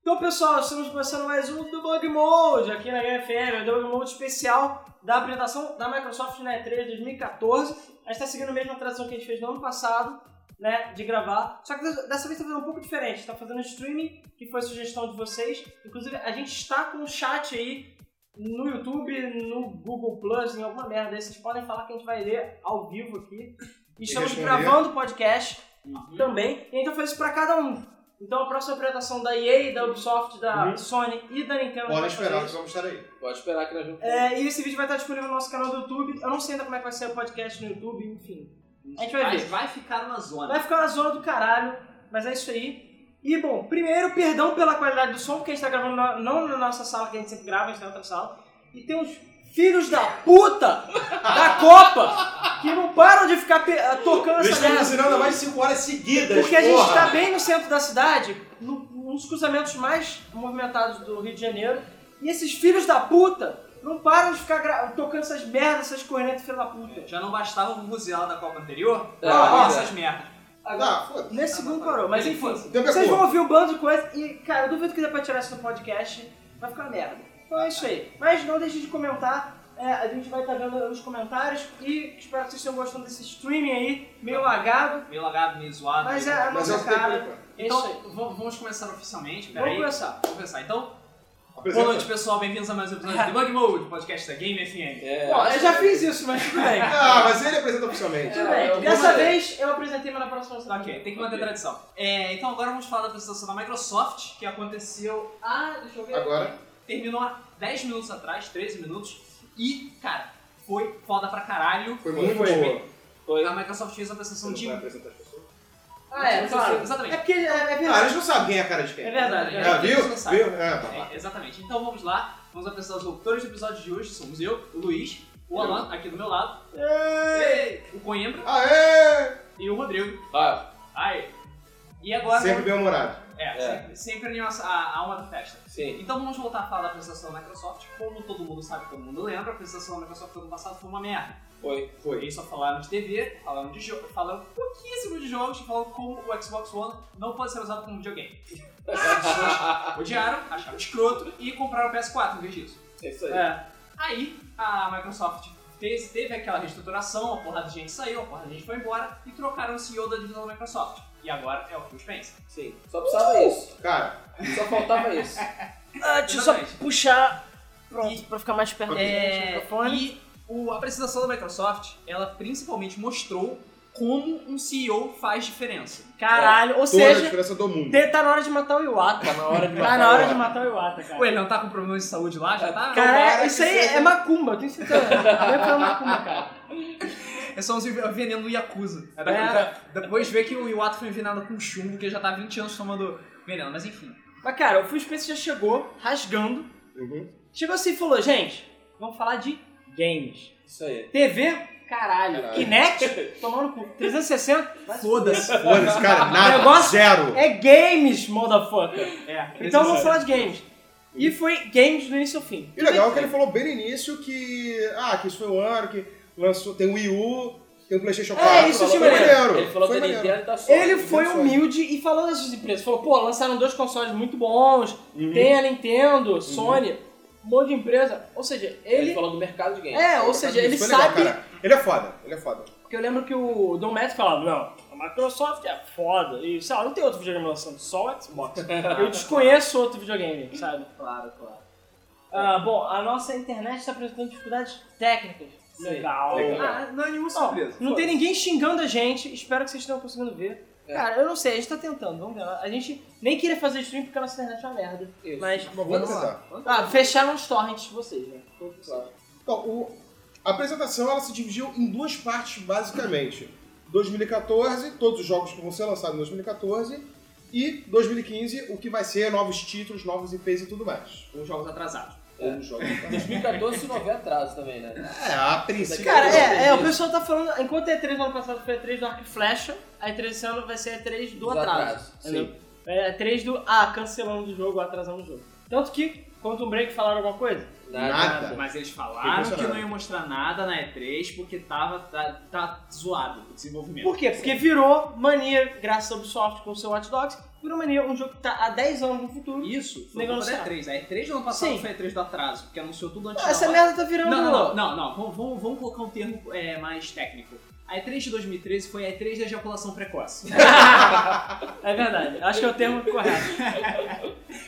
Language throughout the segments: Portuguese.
Então, pessoal, estamos começando mais um Debug Mode aqui na GFM, um Debug Mode especial da apresentação da Microsoft na E3 2014. A gente está seguindo a mesma tradição que a gente fez no ano passado, né, de gravar. Só que dessa vez está fazendo um pouco diferente. Está fazendo streaming, que foi a sugestão de vocês. Inclusive, a gente está com um chat aí no YouTube, no Google Plus, em alguma merda. aí. Vocês podem falar que a gente vai ler ao vivo aqui. E estamos responder. gravando o podcast também. E a gente vai fazer isso para cada um. Então, a próxima apresentação da EA, da Ubisoft, da Sony e da Nintendo. a gente Podem vai fazer Uhum. esperar que isso. Então vamos Então, estar aí. Pode esperar que nós vamos. É, e esse vídeo vai estar disponível no nosso canal do YouTube. Eu não sei ainda como é que vai ser o podcast no YouTube, enfim. A gente vai ver. vai ficar uma zona. Vai ficar na zona do caralho, mas é isso aí. E bom, primeiro, perdão pela qualidade do som, porque a gente tá gravando na- não na nossa sala que a gente sempre grava, a gente tá na outra sala. E tem uns filhos da puta da Copa que não param de ficar pe- tocando Eles essa estão merda. buzinando há mais de 5 horas seguidas. Porque a gente porra. está bem no centro da cidade, no, um dos cruzamentos mais movimentados do Rio de Janeiro, e esses filhos da puta não param de ficar gra- tocando essas merdas, essas cornetas filho da puta. Já não bastava o Muzial da Copa anterior? É, Ó, ó, pois é. essas merdas. Ah, foda-se. Nesse segundo parou, mas enfim. O tempo é Vocês vão curto. ouvir um bando de coisa e, cara, eu duvido que dê pra tirar isso no podcast, vai ficar uma merda. Então é isso aí. Mas não deixe de comentar, é, a gente vai estar vendo os comentários e espero que vocês estejam gostando desse streaming aí, meio lagado, Meio lagado, meio zoado. mas é meio- a Mas nossa é o que tem, cara. cara. É isso aí. Então, v- vamos começar oficialmente, Vamos peraí. começar. Vamos começar. Então, boa Apresenta. noite pessoal, bem-vindos a mais um episódio do Bug Mode, podcast da Game FM. É. Bom, eu já fiz isso, mas tudo bem. Ah, mas ele apresenta oficialmente. Tudo É, bem. eu vou Dessa fazer. vez eu apresentei, mas na próxima será Ok, tem que manter Ok. a tradição. É, então agora vamos falar da apresentação da Microsoft, que aconteceu há, Ah, deixa eu Ah, ver, Agora, terminou há 10 minutos atrás, 13 minutos, e, cara, foi foda pra caralho. foi muito Foi. boa. Foi. A Microsoft fez a apresentação Você de... não vai apresentar as pessoas? Ah, é, claro. Exatamente. É porque é, é Ah, verdade. eles não sabem quem é a cara de quem. É verdade. é Ah, verdade. viu? Eles não sabem. Viu? É, tá lá. É, exatamente. Então vamos lá, vamos apresentar os locutores do episódio de hoje. Somos eu, o Luiz, o Alan, aqui do meu lado, É. o Coimbra Aê! e o Rodrigo. Ah, Aí. E agora. Sempre bem-humorado. É, É. sempre, sempre anima a, a alma da festa. sim. Então vamos voltar a falar da apresentação da Microsoft. Como todo mundo sabe, todo mundo lembra, a apresentação da Microsoft no ano passado foi uma merda. Foi. Foi. Eles só falaram de TV, falaram de jogo, falaram pouquíssimo de jogos, falaram como o Xbox One não pode ser usado como videogame. Odiaram, acharam escroto e compraram o PS4 em vez disso. É isso aí. É. Aí a Microsoft fez, teve aquela reestruturação, a porrada de gente saiu, a porrada de gente foi embora e trocaram o CEO da divisão da Microsoft. E agora é o Phil Spencer. Sim. Só precisava isso. Cara, Só faltava isso. Ah, deixa eu só Exatamente. puxar. Pronto, pra ficar mais perto do É, microfone. e o- a apresentação da Microsoft, ela principalmente mostrou como um CEO faz diferença. Caralho, ou toda a seja, diferença do mundo. de- tá na hora de matar o Iwata. Tá na hora de Tá na hora de matar o Iwata, cara. Ué, ele não tá com problemas de saúde lá? Já tá? Cara, Tomara isso que aí seja. é macumba, eu tenho certeza. Deve ser macumba, cara. É só um veneno do Yakuza. É da- É. Depois vê que o Iwato foi envenenado com chumbo, que ele já tá há 20 anos tomando veneno, mas enfim. Mas, cara, o Phil Spencer já chegou rasgando. Uhum. Chegou assim e falou, gente, vamos falar de games. Isso aí. TV, caralho. Caralho. Kinect, tomando cu. 360, vai se Foda-se. Foda-se, cara, nada. Negócio- Zero. É games, motherfucker. É, Então vamos falar de games. E foi games do início ao fim. E o legal é que ele falou bem no início que. Ah, que isso foi um ano que lançou. Tem o Wii U, tem o PlayStation 4. É isso foi achei maneiro. Ele tá falou foi da maneiro. Nintendo e da Sony. Ele Sony, foi Sony. humilde e falou dessas empresas. Falou, pô, lançaram dois consoles muito bons. Uhum. Tem a Nintendo, Sony, um monte de empresa. Ou seja, Ele ele... falou do mercado de games. É, ou seja, ele Isso foi legal, sabe... cara. Ele é foda, ele é foda. Porque eu lembro que o Dom Matt falava, não, a Microsoft é foda. E, sei lá, não tem outro videogame lançando, só o Xbox. eu desconheço outro videogame, sabe? Claro, claro. Ah, bom, a nossa internet está apresentando dificuldades técnicas. Sim. Legal. Legal. Ah, não é nenhuma Ó, não tem ninguém xingando a gente, espero que vocês estejam conseguindo ver. É. Cara, eu não sei, a gente tá tentando, vamos ver. A gente nem queria fazer stream porque a nossa internet é uma merda. Isso. Mas, Mas vamos tentar. ah, fecharam os torrents de vocês, né? Claro. Então, o- a apresentação ela se dividiu em duas partes, basicamente. 2014, todos os jogos que vão ser lançados em 2014. E 2015, o que vai ser novos títulos, novos IPs e tudo mais. Os jogos atrasados. É. Ou os jogos. 2014 se não houver atraso também, né? É, a princípio. Cara, é, é, o Isso. pessoal tá falando, enquanto a E3 no ano passado foi a E3 do Arco e Flecha, a E3 esse ano vai ser a E3 do, Do atraso. atraso, entendeu? É a E3 do, ah, cancelando o jogo, atrasando o jogo. Tanto que, quanto um break falaram alguma coisa? Nada. Mas eles Fiquei falaram que impressionado. não iam mostrar nada na E3 porque tava tá, tá zoado o desenvolvimento. Por quê? Porque virou mania, graças ao Ubisoft com o seu Watch Dogs, Piromania, um jogo que tá há 10 anos no futuro. Isso, foi Negão culpa da anunciar. E3. A E3 do ano passado Sim. foi a E3 do atraso, porque anunciou tudo antes da Essa hora. merda tá virando. Não, não, não, não, não. Vamos, vamos- vamos colocar um termo é, mais técnico. A E3 de 2013 foi a E3 da ejaculação precoce, É verdade, acho que é o termo correto.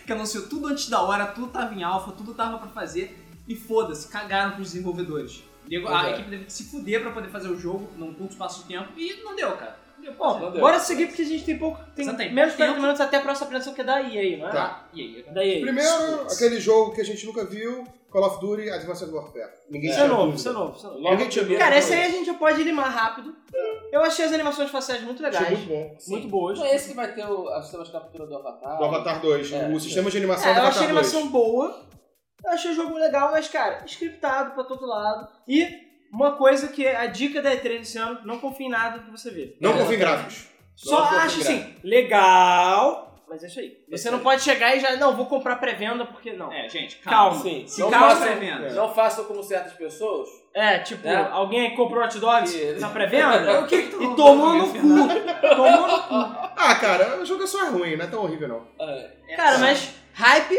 que anunciou tudo antes da hora, tudo tava em alfa, tudo tava pra fazer, e foda-se, cagaram pros desenvolvedores. Nego- Pois A é. equipe teve que se fuder pra poder fazer o jogo num curto espaço de tempo, e não deu, cara. Não deu pra fazer. Bom, Não deu. bora seguir porque a gente tem pouco. Tem Só tem menos de pouco 40 minutos até a próxima apresentação que é da EA, não é? Tá. E aí? Da EA. Primeiro, aquele jogo que a gente nunca viu, Call of Duty Advanced Warfare. Ninguém Isso é tinha novo, dúvida. isso é novo, isso é novo. Logo tinha Cara, esse aí a gente já pode limar rápido. Eu achei as animações faciais muito Achei legais. muito bom. Muito boas. Não é esse que vai ter o, o sistema de captura do Avatar? Do Avatar 2. É. o sistema de animação É, do eu achei a Avatar 2. animação boa. Eu achei o jogo legal, mas, cara, scriptado pra todo lado. E uma coisa que é a dica da E3 desse ano, não confie em nada que você vê. É, Não confio em gráficos. Só confie em acha assim, gráfico. legal, mas é isso aí. Isso Você aí. não pode chegar e já, não, vou comprar pré-venda porque não. É, gente, calma. Calma. Sim. Se não, calma, façam, tremendo. não façam como certas pessoas. É, tipo, É. alguém aí comprou hot dogs E- na É. pré-venda O que que tu e não- tomou no cu. Tomou no cu. Ah, cara, o jogo é só ruim, não é tão horrível não. É. É, Cara, mas hype,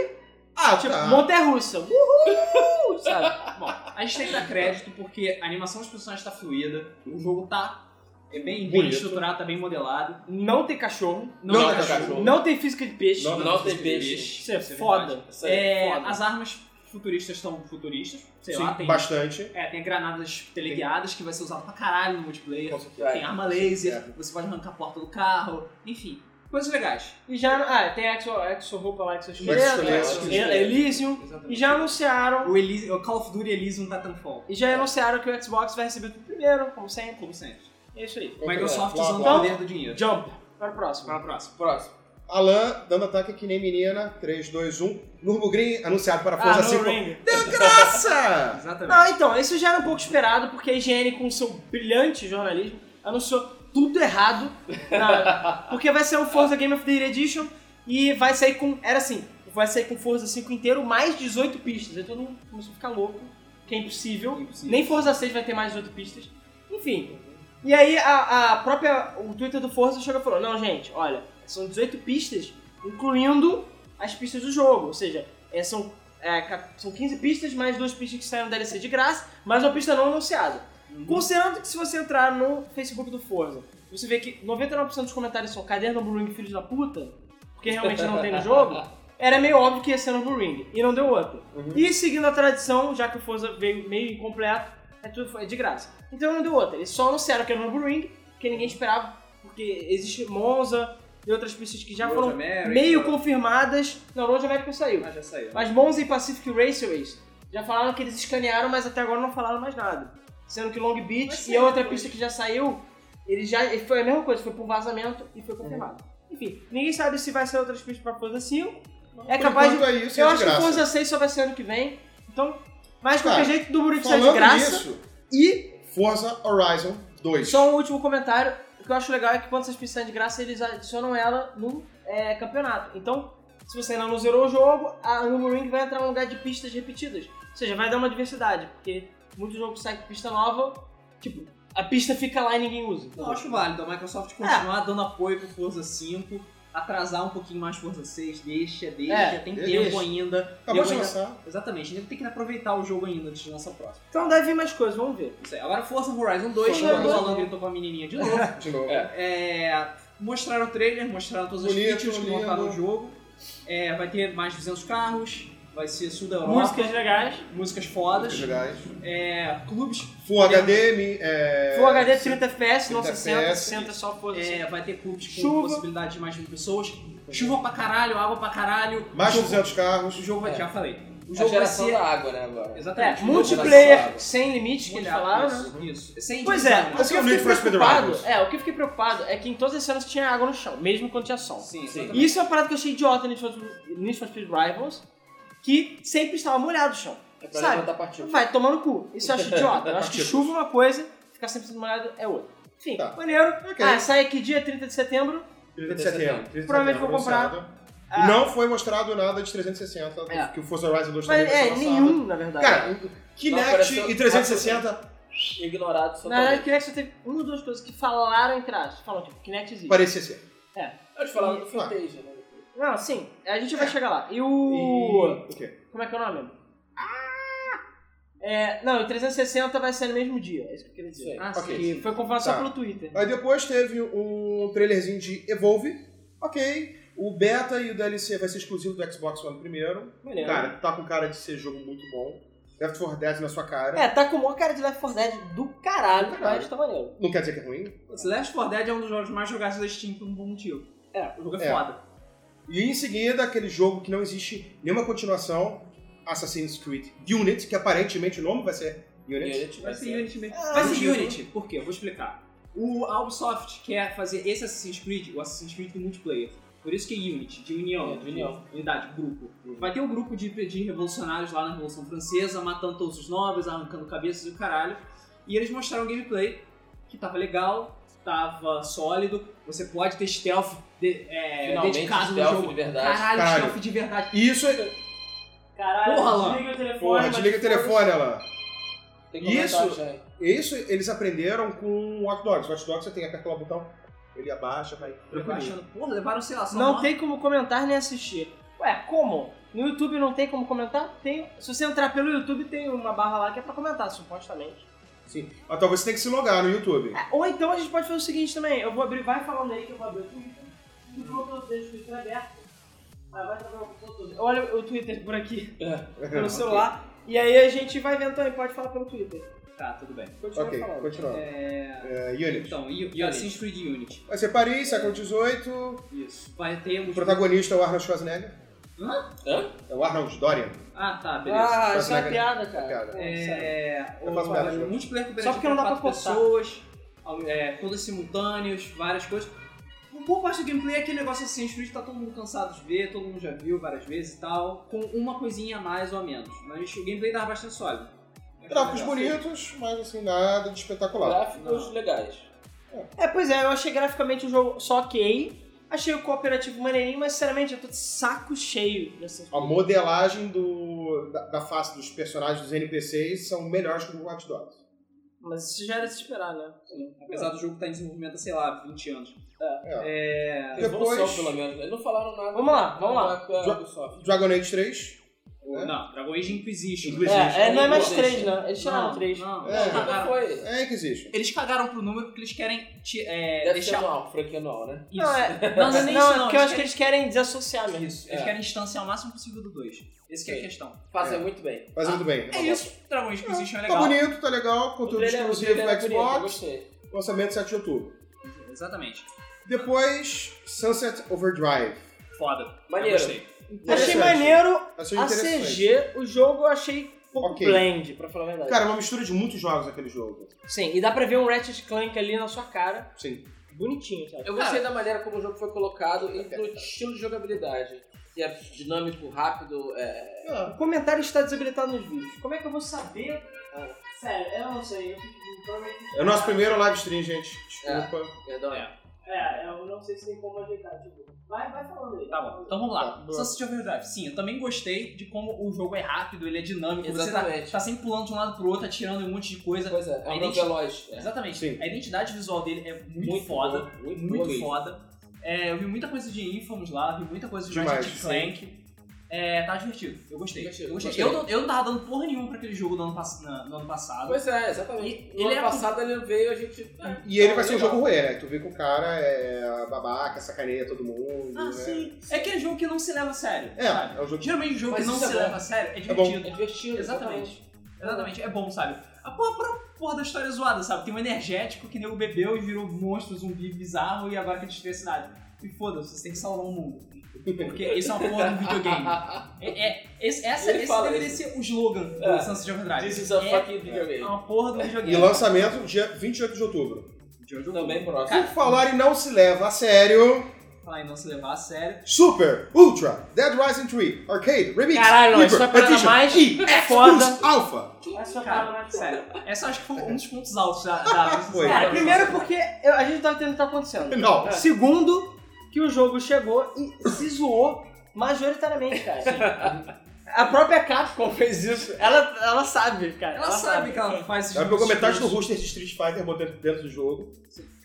Ah, tipo, tá. montanha-russa. Uhul, sabe? Bom, a gente tem que dar crédito porque a animação dos personagens tá fluida, o jogo tá é bem, bem Bonito. estruturado, tá bem modelado. Não tem cachorro, Não, tem tá cachorro. cachorro. não tem física de peixe. Não, Não tem peixe. Isso é é foda. Isso aí É, foda. as armas futuristas estão futuristas, sei lá, Sim, tem, bastante. é, tem granadas teleguiadas que vai ser usada pra caralho no multiplayer, tem arma laser, É. você pode arrancar a porta do carro, enfim, coisas legais. E já. Ah, tem Exo, exo Roupa lá, Exo Exo- Esqueleto, Exo- né? É, Elysium. E já anunciaram. o, Elise, o Call of Duty Elysium tá Titanfall, E já anunciaram que o Xbox vai receber tudo primeiro, como sempre. como sempre. É isso aí. O Microsoft Blá, usando blá. o poder do dinheiro. Jump. Para o próximo. Para a próxima. Próximo. Alan dando ataque que nem menina. 3, 2, 1. Nurmugrim anunciado para a Forza Ah, no 5. ring. Deu graça! Exatamente. Não, então, isso já era um pouco esperado, porque a IGN, com seu brilhante jornalismo, anunciou tudo errado. na- porque vai ser um Forza Game of the Year Edition e vai sair com. Era assim, vai sair com Forza 5 inteiro, mais 18 pistas. Aí todo mundo começou a ficar louco, que é impossível. Impossível. Nem Forza 6 vai ter mais 18 pistas. Enfim. E aí a, a própria. O Twitter do Forza chegou e falou: Não, gente, olha, são 18 pistas, incluindo as pistas do jogo. Ou seja, é, são, é, ca- são 15 pistas, mais duas pistas que saíram no DLC de graça, mais uma pista não anunciada. Uhum. Considerando que se você entrar no Facebook do Forza, você vê que 99% dos comentários são cadê Noble Ring, filhos da puta? Porque realmente não tem no jogo. Era meio óbvio que ia ser Noble Ring, e não deu outro. Uhum. E seguindo a tradição, já que o Forza veio meio incompleto, é tudo foi de graça. Então não deu outra. Eles só anunciaram que era Noble Ring, que ninguém esperava, porque existe Monza e outras pistas que já Road foram America. meio confirmadas. Não, Road America saiu. Ah, já saiu. Mas Monza e Pacific Raceways já falaram que eles escanearam, mas até agora não falaram mais nada. Sendo que Long Mas Beach sim, e a outra depois. pista que já saiu, ele já ele foi a mesma coisa, foi por vazamento e foi confirmado. Enfim, ninguém sabe se vai ser outras pistas pra Forza 5. É Por capaz de. enquanto É isso, Eu é de acho que graça. Forza 6 só vai ser ano que vem. Então, mas de qualquer Cara, jeito, do Burrito sai é de Falando graça. nisso, E Forza Horizon 2. só um último comentário. O que eu acho legal é que quando essas pistas saem de graça, eles adicionam ela no é, campeonato. Então, se você ainda não zerou o jogo, a Unreal Ring vai entrar no lugar de pistas repetidas. Ou seja, vai dar uma diversidade, porque muitos jogos saem com pista nova, tipo, a pista fica lá e ninguém usa. Não, eu acho válido a Microsoft É. continuar dando apoio pro Forza 5, atrasar um pouquinho mais Forza 6, deixa, deixa, É, tem deixa. tempo ainda. Acabou Eu de ainda- lançar. Exatamente, ainda tem que aproveitar o jogo ainda antes de lançar o próximo. Então deve vir mais coisas, vamos ver. Isso aí. Agora Forza Horizon 2, Forza Forza o Horizon. Alan gritou com a menininha de novo. De novo. É. É, mostraram o trailer, mostraram todas as Bonito, features que vão lindo. estar no jogo. É, vai ter mais 200 carros, vai ser sul da Europa, Músicas legais. músicas fodas, Legais. é, clubes Full HD, mi- é... Full HD 30 FPS, não 30 60, FPS. 60 é só coisa assim. É, vai ter clubes com Chuva. possibilidade de mais de mil pessoas. Chuva pra caralho, água pra caralho. mais o de jogo, 200 o carros. jogo vai, É. já falei. O A jogo vai geração ser. da água, né, agora? É, Exatamente. multiplayer Multiplayer. sem limite, que eles falaram, né? Isso, isso. Sem Pois é, mas o divisão, que eu Assim, fiquei o Need for Speed preocupado, Rivals. é, o que eu fiquei preocupado é que em todas as cenas tinha água no chão, mesmo quando tinha sol. Sim, Sim. E exatamente. isso é uma parada que eu achei idiota no Need for Speed- Need for Speed Rivals, que sempre estava molhado o chão. É pra Sabe? levantar partido. Vai tomar no cu. Isso eu acho idiota. Eu acho que chuva é uma coisa, ficar sempre sendo molhado é outra. Enfim, Tá. maneiro. Ok. Ah, sai aqui dia 30 de setembro. 30 de setembro. 30 de Provavelmente setembro, vou comprar. lançado. Ah. Não foi mostrado nada de 360, É. que o Forza Horizon 2 também Mas vai ser é, lançado. nenhum, na verdade. Cara, Kinect apareceu- e 360 Ignorado na verdade, totalmente. Kinect só teve uma ou duas coisas que falaram em trás. Falam, tipo, Kinect existe. parecia ser. É. Pode falar do Claro. Fantasia, né? Não, sim, a gente vai chegar lá. E o. É. E... O quê? Como é que é o nome? Ah! É, não, o 360 vai ser no mesmo dia, é isso que eu queria dizer. Sim. Ah, Ok. sim, que foi confirmado só Tá. pelo Twitter. Aí depois teve um trailerzinho de Evolve. Ok. O beta e o DLC vai ser exclusivo do Xbox One primeiro. Maneiro. Cara, tá com cara de ser jogo muito bom. Left 4 Dead na sua cara. É, tá com o maior cara de Left 4 Dead do caralho, Caralho. mas tá maneiro. Não quer dizer que é ruim. Esse Last 4 Dead é um dos jogos mais jogados da Steam por um bom motivo. É. O jogo é, É. foda. E em seguida, aquele jogo que não existe nenhuma continuação, Assassin's Creed Unity, que aparentemente o nome vai ser Unity. Unity Vai ser Unity mesmo. Ah, Vai ser motivo. Unity. Por quê? Eu vou explicar. O a Ubisoft quer fazer esse Assassin's Creed, o Assassin's Creed do multiplayer. Por isso que é Unity, de união, É, de união. Uhum. unidade, grupo. Vai ter um grupo de, de revolucionários lá na Revolução Francesa, matando todos os nobres, arrancando cabeças e o caralho. E eles mostraram o gameplay, que tava legal, tava sólido. Você pode ter stealth de, é, Finalmente, dedicado no stealth de jogo. verdade. Caralho, Caralho. stealth de verdade. E Isso é. Caralho, Porra, Alan. desliga o telefone. Porra, mas desliga o foda-se. telefone, ela. Tem que comentar, né? Isso. Chay. Isso eles aprenderam com Watch Dogs. Watch Dogs você tem, aperta lá o botão, ele abaixa, vai. Eu tô achando, porra, levaram, sei lá, só Não nove- tem como comentar nem assistir. Ué, como? No YouTube não tem como comentar? Tem. Se você entrar pelo YouTube, tem uma barra lá que é pra comentar, supostamente. Sim. Mas talvez você tenha que se logar no YouTube. É, ou então a gente pode fazer o seguinte também. Eu vou abrir, vai falando aí que eu vou abrir o Twitter. Enquanto eu deixo o Twitter é aberto. Aí vai trabalhar com o Twitter. Olha o Twitter por aqui, pelo celular. E aí a gente vai vendo também, pode falar pelo Twitter. Tá, tudo bem. Continua ok, falando. continuando. É, Unity. Então, e, e Assassin's Creed Unity. Vai ser Paris, século XVIII. Isso. Vai ter O um... protagonista é o Arnold Schwarzenegger. Hã? É o Arnold Dorian. Ah, tá, beleza. Ah, isso é uma Schwarzenegger. piada, cara. Piada. Pô, sério. É, Eu o, faço merda, o gente. multiplayer cooperativo Só porque não dá com pra quatro cortar. pessoas, é, todas simultâneos, várias coisas. Uma boa parte do gameplay é aquele negócio assim, Assassin's Creed tá todo mundo cansado de ver, todo mundo já viu várias vezes e tal, com uma coisinha a mais ou a menos. Mas o gameplay dava bastante sólido. É Gráficos legal. bonitos, mas assim, nada de espetacular. Gráficos Não. legais. É, pois é, eu achei graficamente o jogo só ok. Achei o cooperativo maneirinho, mas sinceramente eu tô de saco cheio dessas A modelagem do, da, da face dos personagens dos NPCs são melhores que o do Watch Dogs. Mas isso já era de se esperar, né? Apesar do jogo estar em desenvolvimento há, sei lá, 20 anos. É, Depois- Evolução, pelo menos. Eles não falaram nada. Vamos lá, vamos lá. Da época Jo- Ubisoft. Dragon Age 3. né? Não, Dragon Age Inquisition. Inquisition. É, é, não é mais Não, três, né? Eles tiraram Não, três. Não, É. eles Nada cagaram- foi. É Inquisition. Eles cagaram pro número porque eles querem ti- é, Deve ser deixar anual, franquia anual, né? Isso. Não, é, Não, não, não é é nem não, isso, é não. porque eu acho que eles querem desassociar mesmo. Isso. Eles É. querem distanciar o máximo possível do 2. Esse que é a questão. Fazem É. muito bem. Mas Ah, muito bem. É isso. Dragon Age Inquisition é Tá legal. bonito, tá legal. Conteúdo trailer- o exclusivo trailer é do bonito, Eu Xbox. gostei. Lançamento 7 de outubro. Exatamente. Depois, Sunset Overdrive. Foda. Maneiro. Eu gostei. Achei Interessante. maneiro Achei a interessante. CG, o jogo eu achei um pouco Ok. blend, pra falar a verdade. Cara, é uma mistura de muitos jogos aquele jogo. Sim, e dá pra ver um Ratchet Clank ali na sua cara. Sim. Bonitinho, sabe? Eu gostei da maneira como o jogo foi colocado e do estilo de jogabilidade. Que é dinâmico, rápido, é... O comentário está desabilitado nos vídeos. Como é que eu vou saber? Ah. Sério, eu não sei. Eu fico provavelmente. É o nosso primeiro live stream, gente. Desculpa. Perdão. É. É, eu não sei se tem como ajeitar. Tipo, vai, vai falando aí. Tá bom. Então vamos Tá, lá. boa. Sunset Overdrive. Sim, eu também gostei de como o jogo é rápido, ele é dinâmico. Você Exatamente. tá, tá sempre pulando de um lado pro outro, atirando em um monte de coisa. Pois é, é A um identi- jogo veloz. É. Exatamente. Sim. A identidade visual dele é muito, foda. bom, Muito, muito bom. foda. É, eu vi muita coisa de Infamous lá, vi muita coisa de Demais, Ratchet Clank. É, tá divertido, eu gostei. Divertido, eu, gostei. gostei. Eu, não, eu não tava dando porra nenhuma pra aquele jogo no ano, pass- na- no ano passado. Pois é, exatamente. E no ano ele é- Uhum. passado ele veio, a gente. E ele Ah, vai ser um legal. jogo ruim, né? Tu vê que o cara é babaca, sacaneia todo mundo. Ah, Ah, né? É aquele jogo que não se leva a sério. É, sabe? é um jogo Geralmente o jogo Mas que não isso é se bom. leva a sério é bom. divertido. É divertido. Exatamente. Exatamente, é bom, sabe? A porra, porra, porra da história é zoada, sabe? Tem um energético que nego bebeu e virou um monstro, zumbi bizarro e agora que a gente vê a cidade. E foda-se, você tem que salvar o mundo. Porque isso é uma porra de um videogame. É, é, esse essa, Ele esse fala deveria isso. ser o slogan É. do Sunset Overdrive. This is a é fucking video game. uma porra do videogame. E lançamento dia 28 de outubro. De hoje eu vou Também próximo. Por falar e não se leva a sério, falar em não se levar a sério. Super, Ultra, Dead Rising 3, Arcade, Remix, Caralho, não, Hyper, isso vai parar Edition, mais é e foda. Exclusive Alpha. Vai só Cara, parar mais sério. sério. Essa acho que foi um dos pontos altos da... da Foi. Cara, primeiro porque eu- a gente tava entendendo o que tá acontecendo. Não. Segundo, que o jogo chegou e se zoou majoritariamente, cara. Assim, A própria Capcom fez isso. Ela, ela sabe, cara. Ah, Ela sabe que ela faz esses Ela pegou jogos metade do escuros. roster de Street Fighter botando dentro do jogo.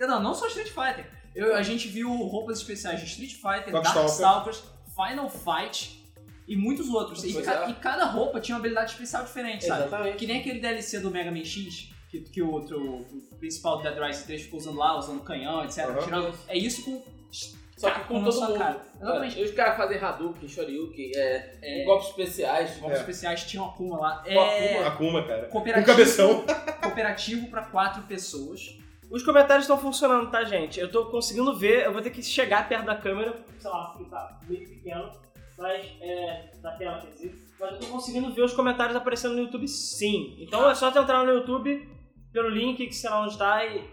Não, não só Street Fighter. Eu- a gente viu roupas especiais de Street Fighter, Darkstalkers. Darkstalkers, Final Fight e muitos outros. E, Pois ca- é. e cada roupa tinha uma habilidade especial diferente, sabe? Exatamente. Que nem aquele DLC do Mega Man X, que, que o outro o principal do Dead Rising 3 ficou usando lá, usando canhão, etc. Aham. tirando- é isso com. Só que com na todo sua mundo. É. cara. Exatamente. E os caras fazem Hadouken, Shoryuken, é, É. golpes especiais. um Roupas É. especiais tinham Akuma lá. Com É, Akuma. Akuma, cara. Um cooperativo, cabeção. cooperativo pra quatro pessoas. Os comentários estão funcionando, tá, gente? Eu tô conseguindo ver, eu vou ter que chegar perto da câmera, sei lá, porque tá meio pequeno, mas é. da tela, quer dizer. Mas eu tô conseguindo ver os comentários aparecendo no YouTube sim. Então é só tu entrar no YouTube pelo link que será onde tá e,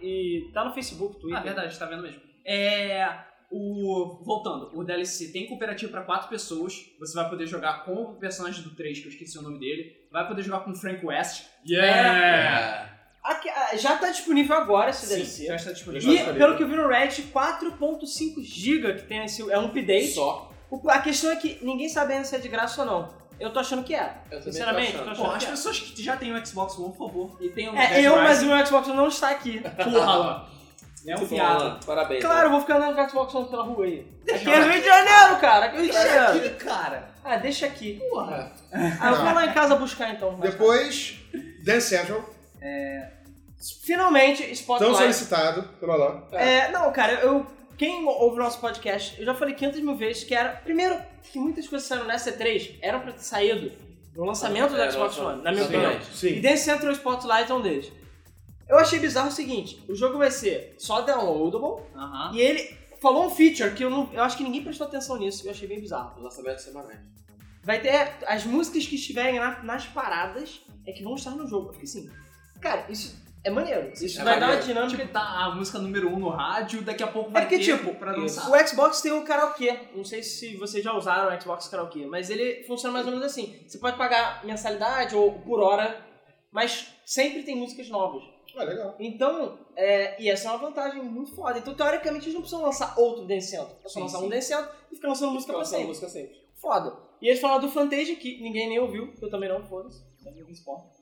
e tá no Facebook, Twitter. Ah, verdade, tá vendo mesmo. É. O, voltando, o DLC tem cooperativo pra quatro pessoas. Você vai poder jogar com o personagem do 3, que eu esqueci o nome dele. Vai poder jogar com o Frank West. É. Aqui, ah, já tá disponível agora esse Sim, já DLC. Então está disponível. já E, disponível. pelo que eu vi no Reddit, 4.5 GB que tem esse. É um update. Só. O- a questão é que ninguém sabe ainda se é de graça ou não. Eu tô achando que é. Eu também tô Sinceramente, achando. eu tô Bom, achando as que é. pessoas que já têm o Xbox One, por favor, e tenham É, eu, mas o meu Xbox One não está aqui. Porra, lá. É um Muito bom, fiado. Alan. Parabéns. Claro, eu vou ficar andando com o Xbox One pela rua aí. Aqui é Rio de Janeiro, cara. Aqui é Rio de Janeiro. cara. Ah, deixa aqui. Porra. Ah, eu vou lá em casa buscar então. mais tarde. Depois, Dance Central, Finalmente, tão Spotlight. solicitado pelo Alan. É, não, cara, eu. Quem ouve o nosso podcast, eu já falei 500 mil vezes que era. Primeiro, que muitas coisas saíram nessa E3 eram pra ter saído no lançamento É, do Xbox lançamento. One, na minha Sim. opinião. E Sim. Dance Central Spotlight é um deles. Eu achei bizarro o seguinte: o jogo vai ser só downloadable Aham. e ele falou um feature que eu, não, eu acho que ninguém prestou atenção nisso, eu achei bem bizarro. Lançamento semanal. Vai ter as músicas que estiverem na- nas paradas é que vão estar no jogo. Porque assim, cara, isso é maneiro. Isso É vai dar uma maneiro. dinâmica. Tipo, tá a música número 1 um no rádio, daqui a pouco vai É porque, ter tipo, pra dançar. O Xbox tem um karaokê. Não sei se vocês já usaram o Xbox karaokê, mas ele funciona mais ou menos assim. Você pode pagar mensalidade ou por hora, mas sempre tem músicas novas. Ah, legal. Então, é, e essa é uma vantagem muito foda. Então, teoricamente, eles não precisam lançar outro Dance Central. É só Sim, lançar sim. um Dance Central e ficar lançando música pra sempre. música sempre. Foda. E eles falaram do Fantasia, que ninguém nem ouviu, eu também não, foda-se.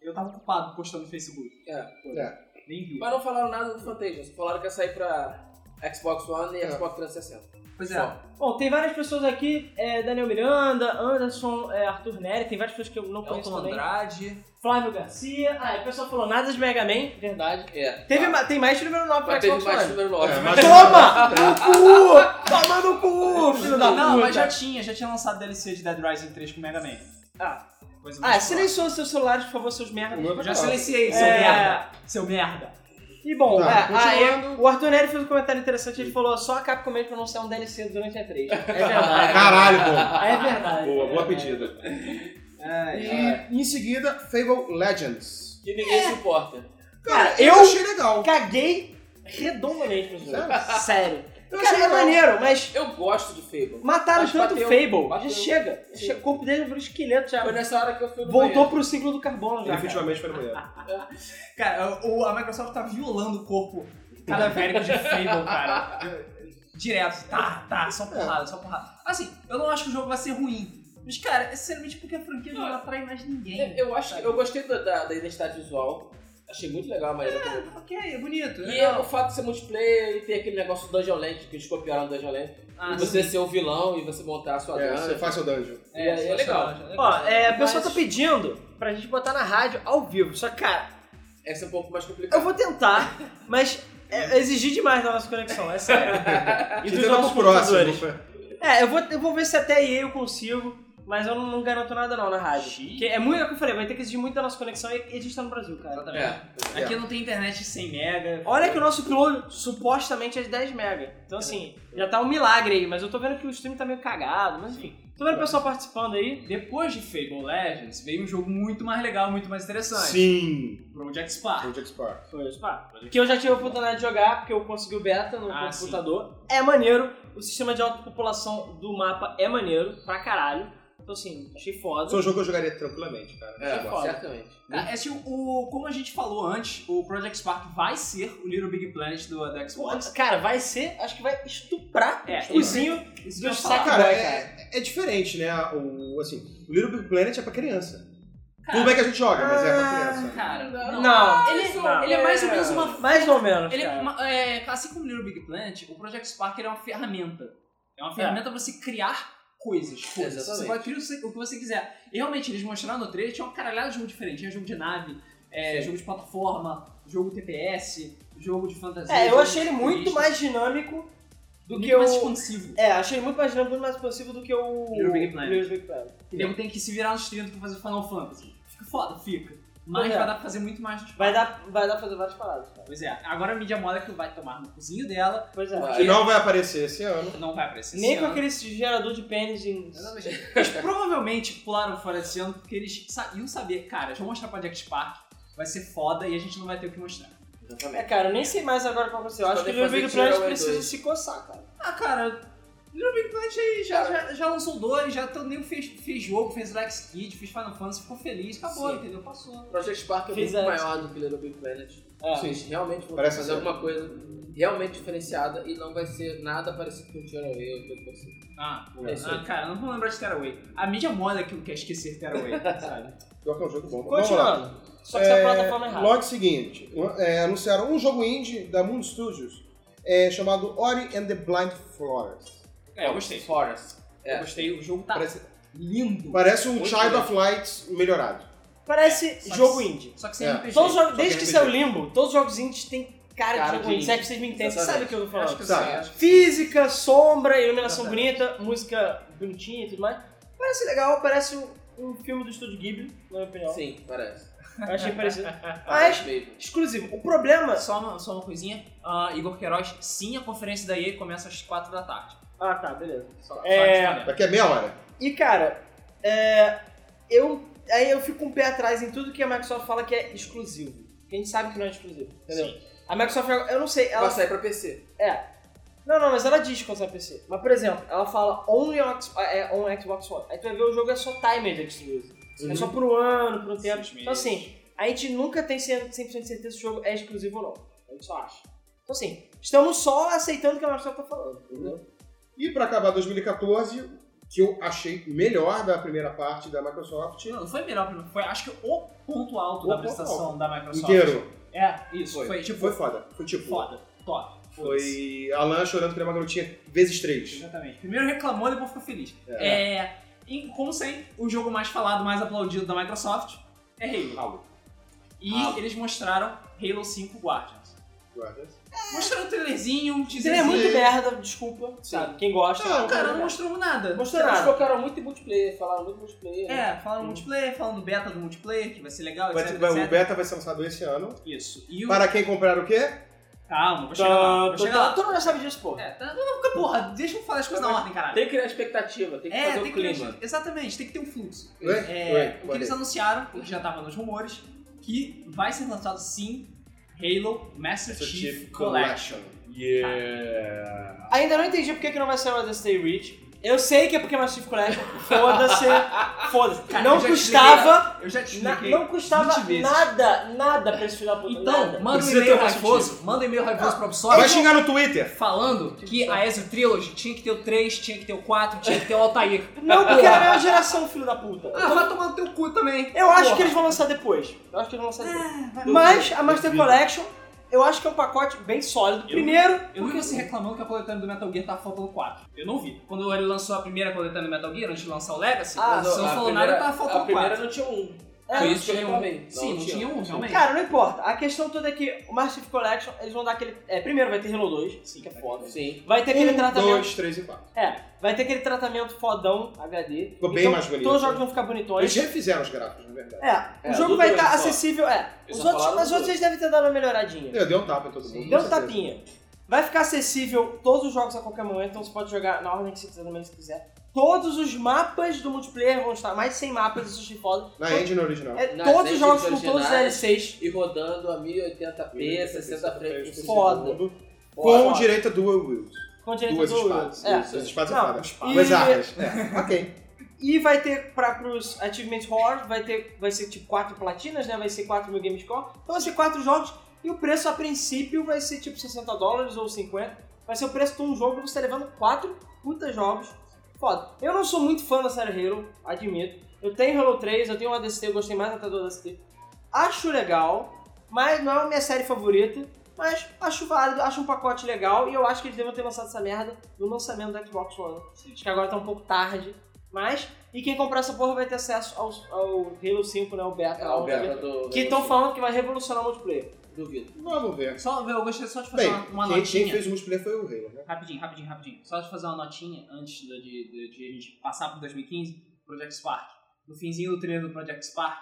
Eu tava ocupado postando no Facebook. É. É. Nem viu. Mas não falaram nada do Fantasia, só falaram que ia sair pra Xbox One e É. Xbox 360. Pois é. Só. Bom, tem várias pessoas aqui, é, Daniel Miranda, Anderson, é, Arthur Neri, tem várias pessoas que eu não conheço Elton também. Então, Andrade. Flávio Garcia, ah, e o pessoal falou nada de Mega Man, verdade. É. Teve, tá. ma- Tem mais de número 9 pra Mas teve Xbox mais One. número 9. É, mas- Toma! No cu! Toma no cu, filho da puta! não, mas já tinha, já tinha lançado DLC de Dead Rising 3 com Mega Man. Ah, Coisa ah mais clara. silenciou seus celulares, por favor, seus merda. O meu tá Eu já claro. silenciei, seu É. merda. Seu merda. E bom, Tá, é, continuando. ah, é, o Arthur Neri fez um comentário interessante, ele falou só a Capcom mesmo pra não ser um DLC durante a 3. É verdade. Caralho, bom. é verdade. Boa, boa pedida. É, E em seguida, Fable Legends. Que ninguém se importa. Cara, eu, eu achei legal. caguei redondamente pro jogo. Sério. Eu Cara, achei é legal. maneiro, mas Eu gosto de Fable. mataram Mas tanto o bateu, Fable. bateu. Já chega. Já Sim. chega. O corpo dele virou esqueleto já. Foi nessa hora que eu fui no Voltou banheiro. pro ciclo do carbono já. cara. Definitivamente foi Ah, mulher. Cara, o- a Microsoft tá violando o corpo cadavérico de Fable, cara. Direto. Tá, tá, É. só porrada, só porrada. Assim, eu não acho que o jogo vai ser ruim. Mas, cara, é sinceramente porque a franquia não atrai mais É. ninguém. Eu, eu acho que eu gostei da, da, da identidade visual. Achei muito legal a maneira como. Ok, é bonito. E legal. o fato de ser multiplayer e ter aquele negócio do Dungeon Land, que eles copiaram do Dungeon Land. Ah, e você sim. ser o vilão e você montar a sua É, dança. você faz seu dungeon. É, é sim, legal. Ó, é, a pessoa Mas- tá pedindo pra gente botar na rádio ao vivo. Só que, cara, Essa é um pouco mais complicada. eu vou tentar, mas é, exigir demais da nossa conexão, é sério. A E gente dos tenta nossos pro próximo. computadores. É, eu vou, eu vou ver se até aí eu consigo, mas eu não, não garanto nada não na rádio. Porque é muito é o que eu falei, vai ter que exigir muito da nossa conexão e, e a gente tá no Brasil, cara. Exatamente. É. Aqui não tem internet de 100 mega. Olha que o nosso upload supostamente é de 10 mega. Então assim, já tá um milagre aí, mas eu tô vendo que o stream tá meio cagado, mas enfim. Tô vendo o pessoal participando aí. Depois de Fable Legends, veio um jogo muito mais legal, muito mais interessante. Sim. Project Ah. Spark. Project Spark. Foi o Spa. Que eu já tive a oportunidade de jogar, porque eu consegui o beta no Ah, computador. É maneiro. O sistema de autopopulação do mapa é maneiro pra caralho. Então assim, achei foda. Isso é um jogo que eu jogaria tranquilamente, cara. É, Que foda. certamente. Tá, é assim, o, como a gente falou antes, o Project Spark vai ser o Little Big Planet do, do Xbox. Cara, vai ser, acho que vai estuprar É, os cozinhos. Isso que eu ia Dos falar. saca- Cara, Boy, é, é diferente, né? O, assim, o Little Big Planet é pra é criança. Tudo bem que a gente joga, mas é pra Ah, criança. Cara, não. Não. Ele, Não. ele é mais ou menos uma. Mais ou menos. Ele é cara. uma- é, assim como Little Big Planet, o Project Spark ele é uma ferramenta. É uma ferramenta pra você criar coisas, coisas. Exatamente. Você pode criar o que você- o que você quiser. E realmente, eles mostraram no trailer, tinha uma caralhada de jogo diferente. Tinha jogo de nave, é, jogo de plataforma, jogo TPS, jogo de fantasia. É, eu jogo achei ele muito futurista, mais dinâmico do muito que mais o. expansivo. É, achei ele muito mais dinâmico, muito mais possível do que o. Little Big Planet. Little Big Planet. E nego tem que se virar nos 30 pra fazer Final Fantasy. Fica foda, fica. Mas Pois é. vai dar pra fazer muito mais no espaço. Vai dar, vai dar pra fazer várias paradas, cara. Pois é, agora a mídia moda que vai tomar no cozinho dela Pois é. Vai. Que não vai aparecer esse ano. não vai aparecer Nem esse com ano. aquele gerador de pênis em. Exatamente. Eles provavelmente pularam fora esse ano porque eles sa- iam saber, cara, deixa eu mostrar pra Jack Spark, vai ser foda e a gente não vai ter o que mostrar. É, Exatamente. cara, eu nem sei mais agora qual vai ser. Eu Eles acho que o podem Little Big fazer tirar Planet o E2. precisa se coçar, cara. Ah, cara, Little Big Planet aí já, já, já lançou dois, já todo nem fez, fez jogo, fez Lex Kid, fez Final Fantasy, ficou feliz, acabou, Sim. entendeu? Passou. Project Spark é Fiz muito antes. maior do que Little Big Planet. Ah. É. Eles realmente vão Parece fazer ser. alguma coisa realmente diferenciada e não vai ser nada parecido com o Tearaway ou tudo parecido. Ah, pô, É isso ah, cara, não vou lembrar de Tearaway. A mídia moda é aquilo que é esquecer Tearaway, sabe? Pior que é um jogo bom. Vamos lá. Continuando. Só que essa é a plataforma errada. Logo seguinte, é, anunciaram um jogo indie da Moon Studios é, chamado Ori and the Blind Forest. É, eu gostei. Forest. Eu gostei, o jogo tá Parece, lindo. parece um Muito Child bem. of Light melhorado. Parece Só que- jogo indie. Só que sem É. RPG. Todos os jogos- só desde que que saiu RPG. Limbo, todos os jogos indies têm cara, Cara de jogo de indie. Se é que vocês me entendem, vocês sabem Exatamente. o que eu tô Acho que falando. eu Sabe? sei, Tá. acho que Física, sombra, iluminação Exatamente. bonita, música bonitinha e tudo mais. Parece legal, parece um, um filme do Estúdio Ghibli, na minha opinião. Sim, parece. Eu achei parecido. Parece Mas, mesmo. exclusivo. O problema... Só uma, só uma coisinha, ah, Igor Queiroz, sim, a conferência da EA começa às 4 da tarde. Ah, tá, beleza. Só, só É. disclaimer. Daqui a meia hora. E, cara, é, eu... Aí eu fico com o pé atrás em tudo que a Microsoft fala que é exclusivo. Porque a gente sabe que não é exclusivo, entendeu? A Microsoft, eu não sei, ela Vai sair pra PC. Não, não, mas ela diz que usa PC. Mas, por exemplo, ela fala only on, X- é, on Xbox One. Aí tu vai ver o jogo é só timer de exclusive. É só por um ano, por um tempo. Seis Então, assim, a gente nunca tem 100% de certeza se o jogo é exclusivo ou não. A gente só acha. Então, assim, estamos só aceitando o que a Microsoft tá falando, entendeu? E pra acabar 2014, que eu achei melhor da primeira parte da Microsoft, Não, não foi melhor, não foi, acho que o ponto alto O da ponto apresentação da Microsoft. inteiro. É, isso, foi, Foi. tipo, Foi foda. Foi tipo. foda, top. foda-se. Foi Alan chorando pela uma garotinha vezes três. Exatamente. Primeiro reclamou, depois ficou feliz. É. É, e, como sempre, o jogo mais falado, mais aplaudido da Microsoft é Halo. Alô. E Halo. eles mostraram Halo 5 Guardians. Guardas. Mostraram um trailerzinho, um Ele é teaserzinho. muito merda, desculpa, sabe? Quem gosta... Não, Cara, não mostrou nada. mostrou Eles nada. focaram muito em multiplayer, falaram muito em multiplayer. né? É, falando do multiplayer, falando do beta do multiplayer, que vai ser legal, Vai- etc, vai- etc. o beta vai ser lançado esse ano. Isso. E o... Para quem comprar o quê? Calma, vou chegar lá, Tá, vou tá, chegar tá, lá. Todo mundo já sabe disso, pô. É, tá, não, porque, porra, deixa eu falar as coisas na ordem, caralho. Tem que criar expectativa, tem que é, fazer o tem que clima. ter, exatamente, tem que ter um fluxo. Oi? É, Oi, o que falei. eles anunciaram, o que já tava nos rumores, que vai ser lançado sim Halo Master Master Chief, Chief Collection. Collection. Yeah! Ainda não entendi por que, que não vai ser mais Stay Rich. Eu sei que é porque é Master Chief Collection. Foda-se. Foda-se. Cara, Não eu já te custava. Eu já te na- expliquei. não custava 20 vezes. nada, nada pra esse filho da puta. Então, nada. manda um Precisa e-mail ter um Master Ah, raivoso, manda um e-mail raivoso Tá. Vai pra Ubisoft xingar no Twitter. falando que a Ezio Trilogy tinha que ter o 3, tinha que ter o 4, tinha que ter o Altair. Não porque era a minha geração, filho da puta. Ah, vai tomar no teu cu também. Eu acho Porra. que eles vão lançar depois. Eu acho que eles vão lançar depois. vai- Mas a Master Duvido. Collection, eu acho que é um pacote bem sólido. Primeiro, Eu vi um- você reclamando que a coletânea do Metal Gear tá faltando 4. Eu não vi. Quando ele lançou a primeira coletânea do Metal Gear, antes de lançar o Legacy, Ah, você não a falou primeira- nada, tá, tava A faltando primeira 4. não tinha um. É, Foi não isso que eu reclamei. Sim, não tinha um, realmente. cara, não importa. A questão toda é que o Master Chief Collection, eles vão dar aquele. é, primeiro vai ter Halo 2, que é foda. Sim. Vai ter aquele Um, tratamento. dois, três e quatro. É, vai ter aquele tratamento fodão HD. Ficou bem mais bonito. né? Todos os jogos vão ficar Eles bonitões. refizeram os gráficos, na verdade. É, o É, jogo do vai dois estar só. acessível. É, Eles os só outros, falaram mas do eles devem ter dado uma melhoradinha. Eu dei um tapa em todo mundo. Deu com um certeza. tapinha. Vai ficar acessível todos os jogos a qualquer momento, então você pode jogar na ordem que você quiser, no meio que você quiser. Todos os mapas do multiplayer vão estar, mais de 100 mapas, isso achei foda. Na engine original. É, Nas todos os jogos com engines todos os originais. DLCs. E rodando a 1080p, 60 frames por segundo. Foda. Com Foda. direito a dual wield. Com direito Duas a dual espadas. wield. É. Duas espadas e Não, espadas. e- Duas armas. É. Ok. E vai ter pra, pros Achievement Horror, vai ter, vai ser tipo 4 platinas, né? Vai ser 4 mil game score. Então vai ser 4 jogos e o preço a princípio vai ser tipo 60 dólares ou 50. Vai ser o preço de um jogo e você tá levando 4 puta jogos. Foda. Eu não sou muito fã da série Halo, admito. Eu tenho Halo 3, eu tenho o ADC, eu gostei mais até do ADC. Acho legal, mas não é a minha série favorita. Mas acho válido, acho um pacote legal e eu acho que eles deviam ter lançado essa merda no lançamento do Xbox One. Acho que agora tá um pouco tarde. Mas, e quem comprar essa porra vai ter acesso ao, ao Halo 5, né? O beta. É, lá, o Beta do. Que estão falando que vai revolucionar o multiplayer. Duvido. Vamos ver. Só, eu gostaria só de fazer Bem, uma, uma quem, quem notinha. fez o multiplayer foi o Rei, né? Rapidinho, rapidinho, rapidinho. Só de fazer uma notinha antes da- de, de- de a gente passar pro 2015, Project Spark. No finzinho do trailer do Project Spark,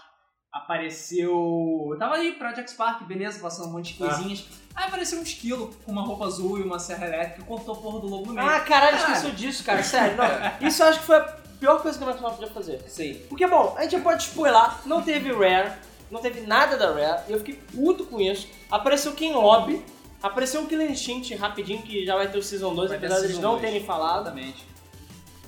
apareceu... Tava aí, Project Spark, beleza, passando um monte de Ah. coisinhas. Aí apareceu um esquilo com uma roupa azul e uma serra elétrica e cortou a porra do lobo no meio. Ah, caralho, Caralho. esqueci disso, cara. Sério, não. Isso eu acho que foi a pior coisa que a Microsoft podia fazer. Sim. Porque, bom, a gente já pode spoiler, não teve Rare, não teve nada da Rare, e eu fiquei puto com isso. Apareceu King Lobby, apareceu o Killing Instinct rapidinho, que já vai ter o Season 2, Vai ter apesar deles Season não 2. terem falado, Exatamente.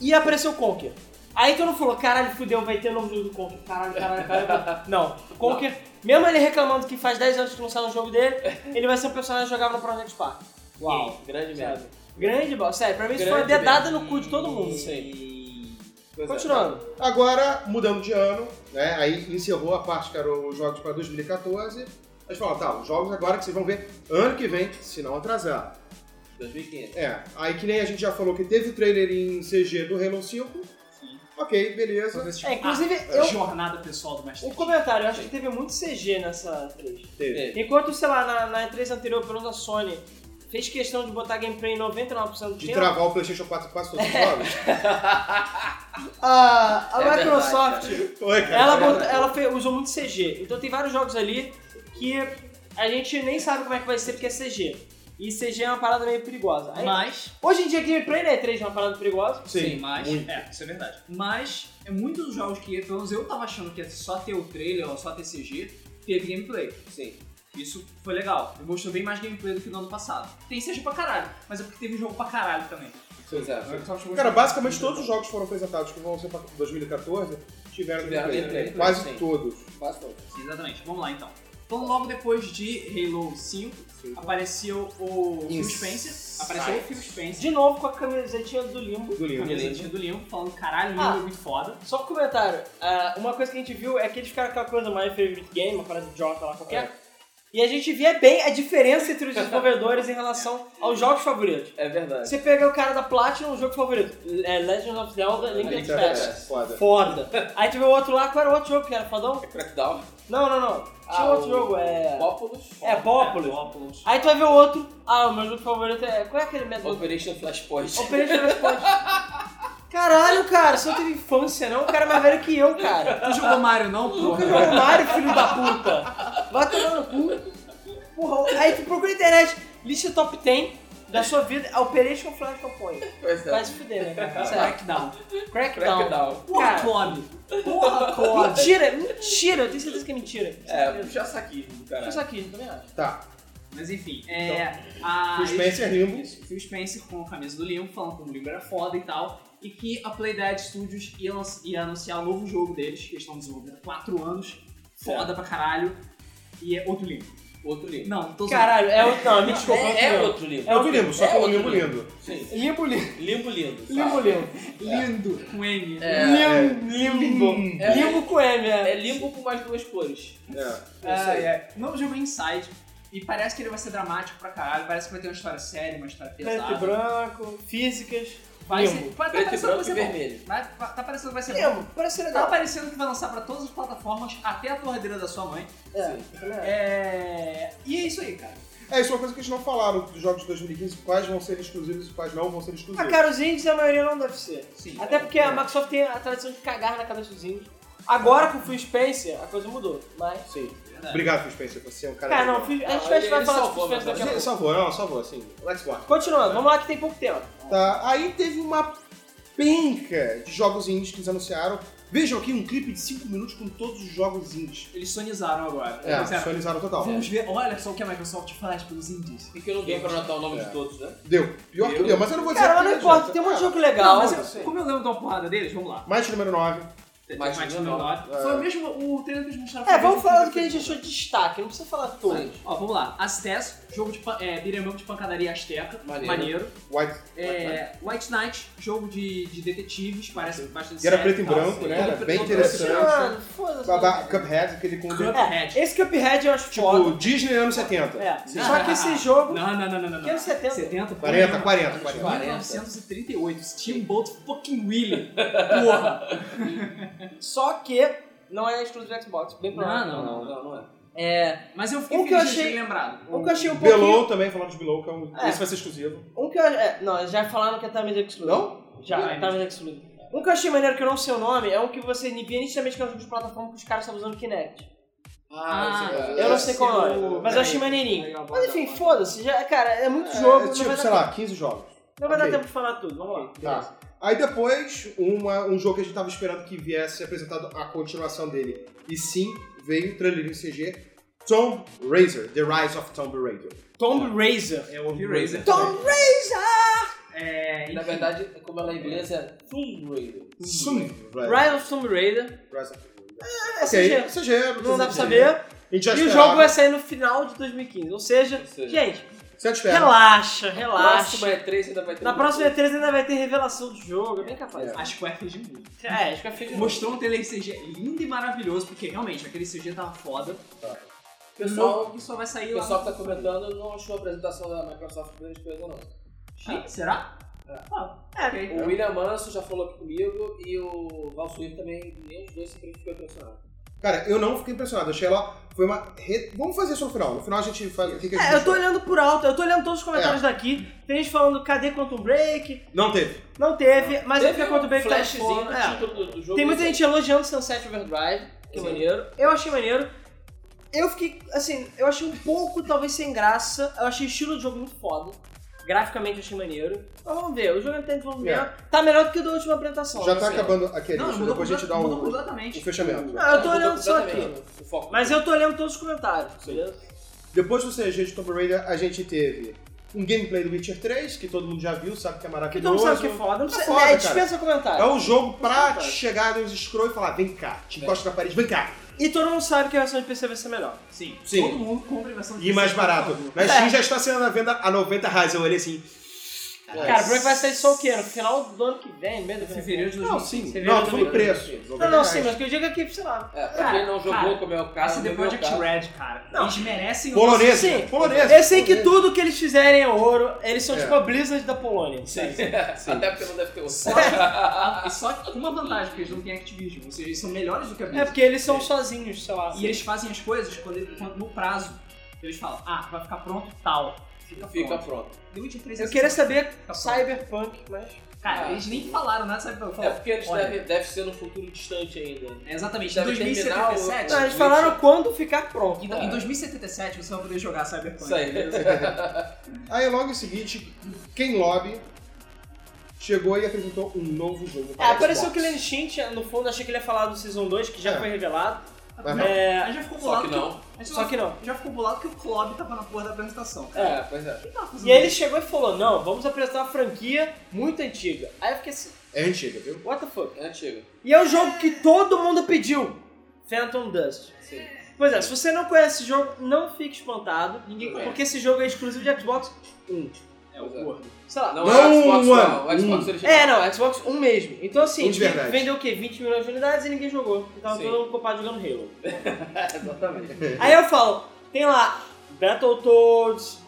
e apareceu o Conker. Aí todo mundo falou, caralho, fudeu, vai ter novo jogo do Conker, caralho, caralho, caralho. Não, o Conker, mesmo ele reclamando que faz 10 anos que não sai um jogo dele, ele vai ser um personagem que jogava no Project Spark. Uau. Sim, Grande merda. Grande bosta, sério, pra mim isso foi uma Grande dedada no cu de todo mundo. Isso aí. Pois Pois é. Continuando. Agora, mudando de ano, né? Aí encerrou a parte que eram os jogos para 2014. Mas falaram, tá, os jogos agora que vocês vão ver ano que vem, se não atrasar. 2015. É, aí que nem a gente já falou que teve o trailer em CG do Halo 5. Sim. Ok, beleza. Fazer esse É, tipo- inclusive, Ah, eu- Jornada pessoal do Mestre Um comentário, eu acho que teve muito CG nessa 3. Teve. É. Enquanto, sei lá, na, na E3 anterior, pelo menos a Sony fez questão de botar gameplay em 99% do De tempo, travar o PlayStation 4 e quase todos os jogos. a, a É verdade, Microsoft, Foi, cara. ela, É verdade. botou- ela fe- usou muito CG. Então tem vários jogos ali que a gente nem sabe como é que vai ser porque é CG. E CG é uma parada meio perigosa. Aí- Mas, hoje em dia, gameplay na E3 é uma parada perigosa. sim, Sim, mas, muito. é, isso é verdade. Mas, é muitos dos jogos que, pelo menos eu tava achando que ia só ter o trailer ou só ter CG, teve gameplay. Sim. Isso foi legal. Eu mostrou bem mais gameplay do que no ano passado. Tem CG pra caralho, mas é porque teve jogo pra caralho também. Pois é. A Microsoft mostrou- Cara, basicamente todos os jogos que foram apresentados que vão ser para 2014 tiveram Tiveram gameplay. gameplay, Quase sim. todos. Passou. Exatamente, vamos lá então. Então, logo depois de Halo 5, Sim. apareceu o Phil Ins- Spencer. Apareceu o Phil Spencer. De novo com a camisetinha do Limbo. Do com a lindo. camisetinha do Leon, falando caralho, o Ah. Leon é muito foda. Só um comentário. ah, uma coisa que a gente viu é que eles ficaram com aquela coisa mais favorite game, uma parada idiota lá qualquer. É. E a gente via bem a diferença entre os desenvolvedores em relação aos jogos favoritos. É verdade. Você pega o cara da Platinum, o jogo favorito. É Legend of Zelda, Linked Linked Past. Past. Tá, Foda. Foda. Aí tu vê o outro lá, qual era o outro jogo que era fodão? Crackdown. Não, não, não. Tinha um Ah, outro o- jogo, é. Populous. É Bópolis. Bópolis. Aí tu vai ver o outro. Ah, o meu jogo favorito é. Qual é aquele método? Operation Flashpoint. Operation Response. Caralho, cara, você não teve infância, não? O cara é mais velho que eu, cara. Tu jogou Mario não, Nunca porra? jogou Mario, filho da puta. Vai tomar no cu. Porra, aí tu procura na internet, lista top 10 da sua vida, Operation Flashpoint. Pois é. Vai se fuder, né, cara? Sério. Crackdown. Crackdown. Crackdown. Porra, Cara. Clob. Porra, Clob. Mentira, mentira, eu tenho certeza que é mentira. É, puxar saquismo, cara. Foi só aqui, também acho. Tá. Mas enfim, é. a- o Spencer Rimbo. Isso, Phil Spencer com a camisa do Leon, falando como o Leon era foda e tal, e que a Playdead Studios ia, lan- ia anunciar o novo jogo deles, que eles estão desenvolvendo há 4 anos, foda pra caralho, e é outro Leon. Outro livro. Não, tô zoando. Caralho, é outro. Não, me desculpa, É, é outro. outro livro. É É outro o Limbo, só é que é um outro Limbo Limbo. lindo. Sim. Limbo lindo. Limbo lindo. sabe? Limbo lindo. Lindo, com M. É. Limbo. Limbo. É- Limbo com M, É é. limbo com mais duas cores. É. Ah, é. O novo jogo é Inside, e parece que ele vai ser dramático pra caralho, parece que vai ter uma história séria, uma história Preto e pesada. branco, físicas. Vai ser, Limbo. vai- tá Preto e parecendo que é branco vai e ser bom. vermelho. Vai- vai- Tá parecendo que vai ser bom. Limbo, parece ser Tá legal. parecendo que vai lançar pra todas as plataformas, até a torradeira da sua mãe. É, É... E é isso aí, cara. É, isso é uma coisa que eles não falaram dos jogos de 2015, quais vão ser exclusivos e quais não vão ser Ah, exclusivos. cara, os indies a maioria não deve ser. Sim. Até porque a Microsoft tem a tradição de cagar na cabeça dos indies. Agora com o Phil Spencer, a coisa mudou, mas... Sim. Verdade. Obrigado, Phil Spencer, você é um cara... Cara, não, legal. Phil- a gente Ah, vai- ele- vai ele falar do Phil salvou, Spencer mas daqui a Sim, pouco. Salvou, não, salvou, sim. Let's go. Continuando, vamos lá que tem pouco tempo. Tá, aí teve uma penca de jogos indies que eles anunciaram. Vejam aqui um clipe de 5 minutos com todos os jogos indies. Eles sonizaram agora. É, Eles disseram, sonorizaram total. Vamos ver, olha só o que a Microsoft faz pelos indies. E que não deu pra anotar o nome É. de todos, né? Deu. Pior que Deu. deu, mas é eu não vou dizer... Cara, mas que não importa, adianta. é tem um monte de Ah, assim. jogo legal. Não, mas eu- como eu lembro de uma porrada deles, vamos lá. Match Ah, número 9. Mas mais menor. É. Foi o mesmo o trailer que eles mostraram. foi É, o vamos mesmo falar do que a gente eles achou de destaque, não precisa falar todos. Ó, vamos lá. Aztec, jogo de pan- é, beat'em up de pancadaria asteca. Maneiro. White. É, White Knight, jogo de, de detetives, parece bastante E era sério preto e tal, branco, assim. né? Todo Era preto bem e branco. interessante. Mano, Ah, foda-se. Babá, Cuphead, aquele com... Cuphead. Esse Cuphead eu acho Tipo, é foda. Disney anos 70. É. Sim. Só que esse jogo. Não, não, não, não. não, Que ano não. 70? 70, 40, porra, 40, de 40. 1938, Steamboat fucking Willie. Porra. Só que não é exclusivo do Xbox, bem provável. Não, não, não, não é. É, mas eu fiquei O Um que feliz eu achei- de ter lembrado. O que eu achei um pouquinho. Below também, falando de Below, que é um... É. esse vai ser exclusivo. Um que eu. É, não, já falaram que é Time Exclusive. Não? Já, Não, é Time Exclusive. Um que eu achei maneiro que eu não sei o nome é um que você via nitidamente que é um jogo de plataforma que os caras estão usando Kinect. Ah, Eu não sei qual é o nome, mas eu Peraí. achei maneirinho. Aí, ó, Mas bota, enfim, bota. foda-se, já, cara, é muito É, jogo, não tipo, vai dar sei tempo. lá, 15 jogos. Não vai dar ok. tempo de falar tudo, vamos lá. Tá. Aí depois, uma- um jogo que a gente tava esperando que viesse apresentado a continuação dele. E sim, veio o trailer em CG. Tomb Raider, The Rise of Tomb Raider. Tomb Raider. É o Razer. Tomb Raider! É, enfim. Na verdade, como ela é inglesa, é Tomb Raider. Tomb Raider. É, Rise of Tomb Raider. Rise of Tomb Raider. É, Ok, CG. CG. Não dá pra CG. saber. A gente já E o esperava. jogo é vai sair no final de 2015. Ou seja, Ou seja, gente, Você não espera. relaxa, Próxima relaxa. é 3 ainda vai ter. Na próxima é E3 ainda vai ter revelação do jogo, é bem capaz. A Square fez de novo. É, acho que é feio de novo. Mostrou um trailer CG lindo e maravilhoso, porque realmente aquele CG tava foda. O Novo pessoal, que só vai o sair lá. pessoal que tá comentando não achou a apresentação da Microsoft grande coisa, não. Gente, será? Ah, é, ok. O William Manso já falou aqui comigo e o Valsuir também, nem os dois sempre ficou impressionado. Cara, eu não fiquei impressionado. Achei ela. Foi uma. re- Vamos fazer isso no final. No final a gente faz o que, que a gente É, eu tô achou. olhando por alto, eu tô olhando todos os É. comentários daqui. Tem gente falando, cadê Quantum Break? Não teve. Não teve, mas é porque Teve um um Quantum Break tá flashzinho fora. no É. título do, do jogo. Tem muita gente elogiando Sunset Overdrive, que é Sim. maneiro. Eu achei maneiro. Eu fiquei, assim, eu achei um pouco, talvez, sem graça. Eu achei o estilo de jogo muito foda. Graficamente eu achei maneiro. Mas vamos ver, o jogo ainda tá em desenvolvimento. Tá melhor do que o da última apresentação. assim. Já não tá sei. acabando aqui a Não, lista. mudou, Depois a gente dá mudou o, completamente. o fechamento. Não, Ah, eu tô Mudou olhando só aqui. completamente O foco. Mas eu tô olhando todos os comentários, beleza? Depois do CG de Tomb Raider, a gente teve um gameplay do Witcher 3, que todo mundo já viu, sabe que é Porque maravilhoso. todo mundo sabe que é foda. Não É precisa, foda, é, cara. dispensa É comentário. um jogo pra te chegar nos scrolls e falar, vem cá, te encosta na parede, vem cá. E todo mundo sabe que a versão de PC vai ser melhor. Sim. Sim. Todo mundo compra a versão de E mais PC, barato. por favor. Na É. Steam já está sendo à venda a 90 reais. Eu olhei assim. Cara, o problema é que vai sair só o quê? No final do ano que vem, mesmo? Fevereiro de Não, 2015. sim. Você Não, viu tô também, né? falando preço. Não, não, sim, mas o que eu digo é que, sei lá. É, pra Cara, quem não jogou, cara, como é o caso, Esse The não viu o Project caso. Red, cara. Eles merecem o Polonês. Sim. Polonês. Eu sei que polonês. tudo que eles fizerem é ouro, eles são É. tipo a Blizzard da Polônia. Sim. Até porque não deve ter outro. nosso- E só com uma vantagem, porque eles não têm Activision. Ou seja, eles são melhores do que a É Blizzard. porque eles são sozinhos, sei lá. E eles fazem as coisas quando, quando- no prazo. Eles falam, ah, vai ficar pronto tal. Fica, Fica pronto. pronto. The Witcher 3 é Eu queria assim. saber Tá bom. Cyberpunk, mas. Cara, eles nem falaram nada, sabe? É Falaram, porque eles olha, devem deve ser no futuro distante ainda. é Exatamente, em devem terminar o- 2077. Não, eles Witcher. falaram quando ficar pronto. Em, em 2077 você vai poder jogar Cyberpunk. Isso aí. Aí logo em seguinte, Ken Lobby chegou e apresentou um novo jogo. É, para apareceu o Xbox. Clan Shint, no fundo, achei que ele ia falar do Season 2, que já É. foi revelado. Mas não. É, A gente já ficou Só bolado que não. a gente só que não. já ficou bolado que o Klob tava na porra da apresentação. cara. É, pois é. Quem tava fazendo E aí ele isso? chegou e falou: não, vamos apresentar uma franquia muito antiga. Aí eu fiquei assim, É antiga, viu? what the fuck? É antigo. E é o jogo que todo mundo pediu: Phantom Dust. Sim. Pois é, se você não conhece esse jogo, não fique espantado, Ninguém conhece. porque esse jogo é exclusivo de Xbox 1. É o Pois é. gordo. Sei lá, Não, Não, é o Xbox, não. mano. O Xbox Hum. original. É, não, Xbox 1 mesmo. Então assim, Um de verdade. vendeu o quê? 20 milhões de unidades e ninguém jogou. Então Sim. todo mundo ocupado jogando Halo. É. Exatamente. Aí eu falo, tem lá Battletoads,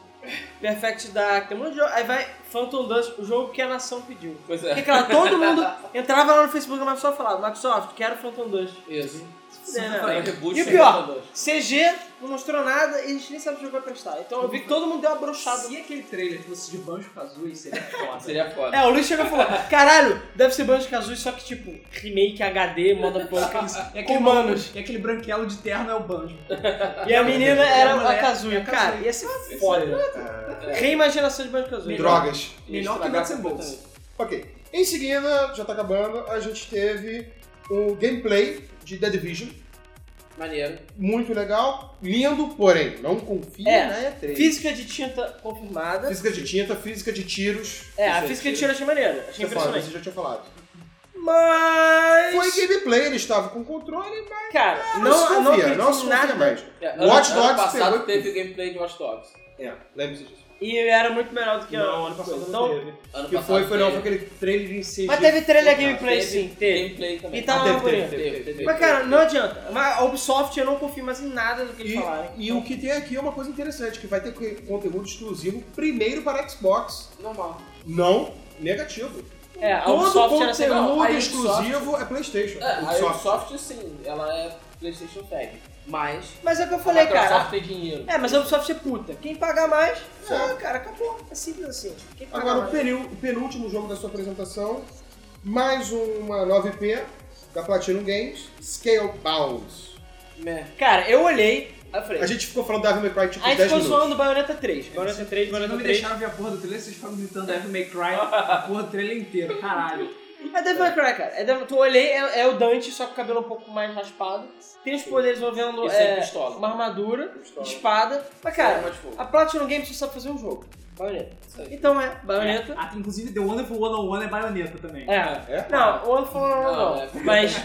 Perfect Dark, tem um monte de jogo. Aí vai Phantom Dust, o jogo que a nação pediu. Pois Porque, é. cara, todo mundo entrava lá no Facebook da Microsoft e falava, Microsoft, quero Phantom Dust. Isso. É, Tá, né? Foi um reboot E o sem pior? computador. CG não mostrou nada e a gente nem sabe o jogo vai prestar. Então eu vi que todo mundo deu uma brochada. Se aquele trailer fosse de Banjo Kazooie, seria foda. Seria foda. É, o Luiz chegou e falou, caralho, deve ser Banjo Kazooie, só que tipo, remake HD, motherfucker, E aquele humanos. E aquele branquelo de terno é o Banjo. E a menina E era a a mulher Kazuya. é a Cara, Kazuya. ia ser foda. Ah, Reimaginação de Banjo Kazooie. drogas. Melhor que Nuts and Bolts. Ok. Em seguida, já tá acabando, a gente teve o gameplay de The Division. Maneiro. Muito legal. Lindo, porém, não confia É, na E3. Física de tinta confirmada. Física de tinta, física de tiros. É, a Física de física de tinta tiro. achei maneira. Achei Você fala, impressionante. você já tinha falado. Mas. Foi gameplay, ele estava com controle, mas Cara, não, se não, não confia, acredito não se em confia nada. mais. É, Watch ano, ano Dogs passado pegou- teve o gameplay de Watch Dogs. É, lembre-se disso. E era muito melhor do que o ano passado. Então, teve. Ano que passado foi, foi, não, teve. foi aquele trailer de CG. mas teve trailer gameplay Teve sim, teve. Gameplay também. Então Ah, não é teve, por teve, isso. teve, teve. Mas cara, não é adianta. Mas A Ubisoft eu não confio mais em nada do que eles E, falaram. e o que tem aqui é uma coisa interessante, que vai ter que- conteúdo exclusivo primeiro para Xbox. Normal. Não negativo. É, a Todo Ubisoft era sempre. conteúdo não, a Ubisoft- exclusivo é Playstation. É, a Ubisoft. Ubisoft sim, ela é PlayStation Tag. Mas. Mas é o que eu Ah, falei, a tá, Microsoft cara. tem dinheiro. É, mas a Ubisoft é puta. Quem pagar mais, É. ah, cara, acabou. É simples assim. Quem pagar Agora o, mais. penil- o penúltimo jogo da sua apresentação, mais uma 9P da Platinum Games, Scalebound. Meh. Cara, eu olhei, é, aí eu falei. A gente ficou falando da Devil May Cry tipo A gente 10 ficou minutos. zoando do Bayonetta 3. Bayonetta 3, Vocês Bayonetta não me 3. deixaram ver a porra do trailer, vocês ficaram gritando Devil May Cry a porra do trailer inteiro, caralho. É Devil May Cry, cara. É Devil... Tu olhei, é, é o Dante, só com o cabelo um pouco mais raspado. Tem os poderes envolvendo E sem é, pistola. uma armadura, Pistola. espada. Mas, Só cara, mais fogo. a Platinum Games só sabe fazer um jogo. Bayonetta. Isso aí. Então é, Bayonetta. Ah, inclusive The Wonderful 101 é baioneta também. É. É? Não, o outro falou não, não, Não, não. é- Mas,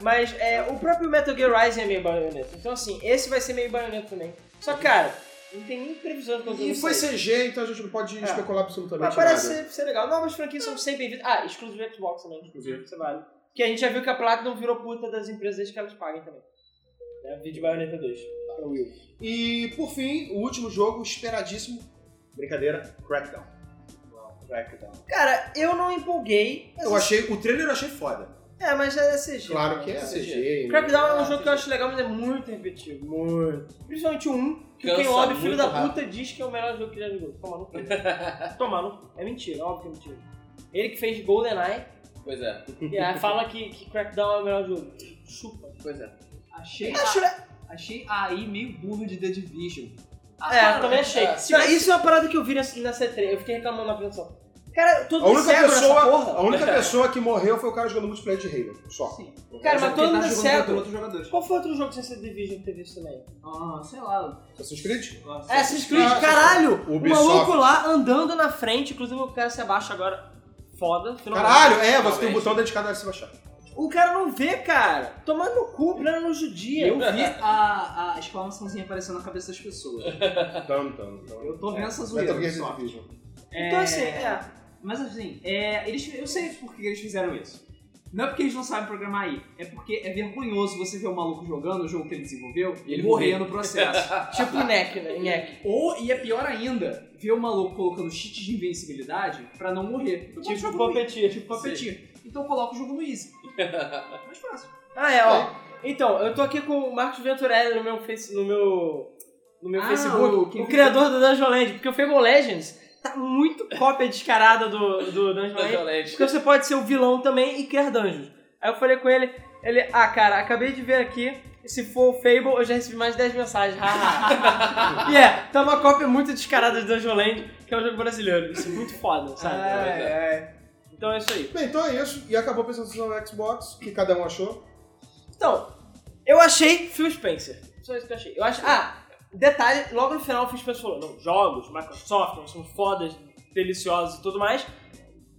mas é, o próprio Metal Gear Rising é meio Bayonetta. Então, assim, esse vai ser meio Bayonetta também. Só, cara, não tem nem previsão de quando E isso foi sair. CG, então a gente não pode É. especular absolutamente Mas parece nada. ser, ser legal. Novas franquias são sempre bem-vindas. Ah, exclusivo do Xbox também. Exclusivo. Você vale. Porque a gente já viu que a Platinum virou puta das empresas desde que elas paguem também. É, vídeo Bayonetta 2. Pra Will. E por fim, o último jogo, esperadíssimo. Brincadeira, Crackdown. Crackdown. Cara, eu não empolguei. Mas Eu achei, o trailer eu achei foda. É, mas é CG. Claro que é CG. CG. Crackdown é um jogo que eu acho legal, mas é muito repetitivo. Muito. Principalmente o 1, que o Cansa Ken Lobby, filho muito da rápido. puta, diz que é o melhor jogo que ele já jogou. Toma no cu. Toma no cu. É mentira, óbvio que é mentira. Ele que fez GoldenEye, Pois é, e aí fala que, que Crackdown é o melhor jogo. Chupa. pois é. Achei, Eu acho- a, achei a AI meio burro de The Division. Ah, É, cara, também achei. é, Se Não, Isso é uma parada que eu vi na, na C3, eu fiquei reclamando na apresentação. Cara, todo A mundo única, cego pessoa, nessa porra. a única pessoa que morreu foi o cara jogando multiplayer de Halo. Só. Sim. Cara, mas Porque todo é mundo tá é jogando cego. contra outros jogadores. Qual foi outro jogo sem ser Division que teve isso também? Ah, sei lá. Assassin's Creed? É, Assassin's Creed, Nossa, caralho! O Ah, Ubisoft. maluco lá andando na frente, inclusive o cara se abaixa agora. Foda, finalmente. Caralho, é, você tem um Finalmente. botão dedicado a se baixar. O cara não vê, cara. Tomando no cu, plano no judia. Eu vi a, a exclamaçãozinha aparecendo na cabeça das pessoas. Então, então, então. Eu tô vendo essa zoeira. Metal Gear só. Division. Então assim, é. Mas assim, é, eles, eu sei por que eles fizeram isso. Não é porque eles não sabem programar aí, é porque é vergonhoso você ver o maluco jogando o jogo que ele desenvolveu e E ele morrer morrer. no processo. Tipo o Neck, né? Neck. Ou, e é pior ainda, ver o maluco colocando cheat de invencibilidade pra não morrer. Então, bota o Tipo jogo no easy, Puppeteer. Tipo competir. Então coloca o jogo no easy. Mais fácil. Ah, é, ó. Então, eu tô aqui com o Marcos Venturelli no meu face, no meu no meu Ah, o Facebook, que- o, criador do Dungeon Land, porque o Fable Legends tá muito cópia descarada do, do Dungeon Land, Violente. porque você pode ser o vilão também e criar dungeons. Aí eu falei com ele, ele, ah, cara, acabei de ver aqui, se for o Fable, eu já recebi mais de 10 mensagens. haha." e é, tá uma cópia muito descarada do Dungeon Land, que é um jogo brasileiro. Isso é muito foda, sabe? É, é. Então é isso aí. Bem, então é isso. E acabou a apresentação do Xbox, que cada um achou. Então, eu achei Phil Spencer. é. Só isso que eu achei. Eu acho. Ah, detalhe, logo no final o Phil Spencer falou: não, jogos, Microsoft, nós somos fodas, deliciosos e tudo mais.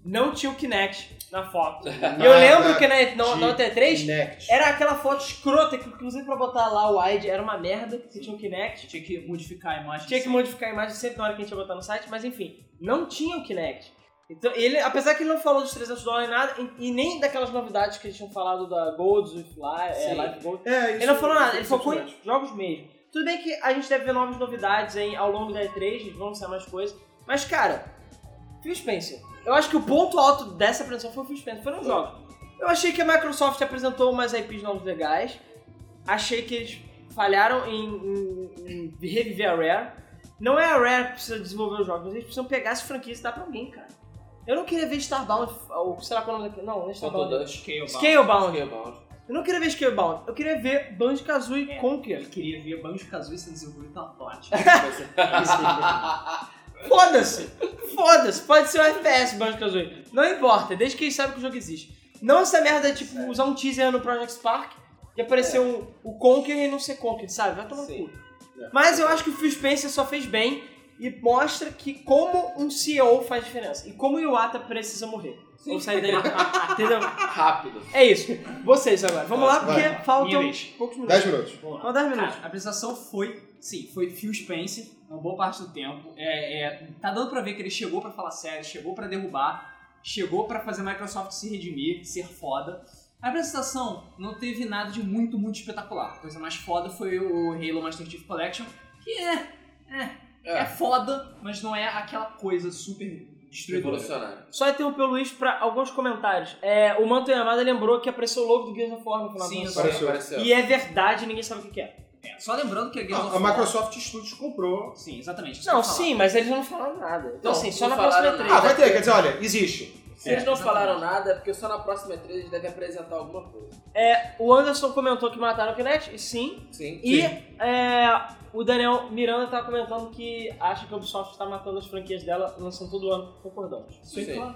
Não tinha o Kinect na foto. E eu lembro que É, na, na, na T3 Kinect. era aquela foto escrota que, inclusive, pra botar lá o wide era uma merda, que tinha o Kinect. Tinha que modificar a imagem. Tinha que modificar a imagem sempre na hora que a gente ia botar no site, mas enfim, não tinha o Kinect. Então, ele, apesar que ele não falou dos 300 dólares nada, e, e nem daquelas novidades que eles tinham falado da Golds, Life, é, Sim. Life Gold, É, ele não falou nada, ele isso focou em é jogos mesmo. Tudo bem que a gente deve ver novas novidades aí ao longo da E3, vão sair mais coisas. Mas, cara, Phil Spencer. Eu acho que o ponto alto dessa apresentação foi o Phil Spencer, foram os jogos. Eu achei que a Microsoft apresentou umas IPs novos legais. Achei que eles falharam em, em- em reviver a Rare. Não é a Rare que precisa desenvolver os jogos, mas eles precisam pegar as franquias e dar pra alguém, cara. Eu não queria ver Starbound, ou sei lá qual é o nome daquele. Não, não é Starbound. Total Dust. Scale. Scalebound. Scalebound. Eu não queria ver Scalebound, eu queria ver Banjo-Kazooie e Conquer. Ele queria ver Banjo-Kazooie sendo tá desenvolvido pela Platinum. Foda-se! Foda-se! Pode ser um FPS Banjo-Kazooie. Não importa, desde que eles sabem que o jogo existe. Não essa merda, tipo, usar um teaser no Project Spark e aparecer um- o Conker e não ser Conker, sabe? Vai tomar Sim. no cu. Mas eu acho que o Phil Spencer só fez bem e mostra que como um CEO faz diferença e como o Iwata precisa morrer. Ou sair daí. Entendeu? Rápido. É isso. Vocês agora. Vamos lá, porque Vai. faltam Níveis. poucos minutos. Dez minutos. Vamos lá. Faltam 10 Cara, minutos. a apresentação foi, sim, foi Phil Spencer, uma boa parte do tempo. É, é, tá dando pra ver que ele chegou pra falar sério, chegou pra derrubar, chegou pra fazer a Microsoft se redimir, ser foda. A apresentação não teve nada de muito, muito espetacular. A coisa mais foda foi o Halo Master Chief Collection, que é, é, É. foda, mas não é aquela coisa super destruidora. Revolucionário. Só interromper o Luiz pra alguns comentários. É, o Manto Yamada lembrou que apareceu o logo do Gears of War no final Sim, do eu Apareceu. Apareceu. E é verdade, ninguém sabe o que que é. É, só lembrando que a Games Não, of a War- Microsoft Studios comprou. Sim, exatamente. isso que eu Não, ia falar. sim, mas eles não falaram nada. Então, Não, assim, só não na próxima falaram E3. Ah, nada. né? vai ter, quer dizer, olha, existe. Se eles É, não exatamente. falaram nada, é porque só na próxima E3 eles devem apresentar alguma coisa. É, o Anderson comentou que mataram o Kinect, e sim. Sim. E é, o Daniel Miranda tá comentando que acha que a Ubisoft tá matando as franquias dela, lançando todo ano. Concordamos. Sim, Sim, claro.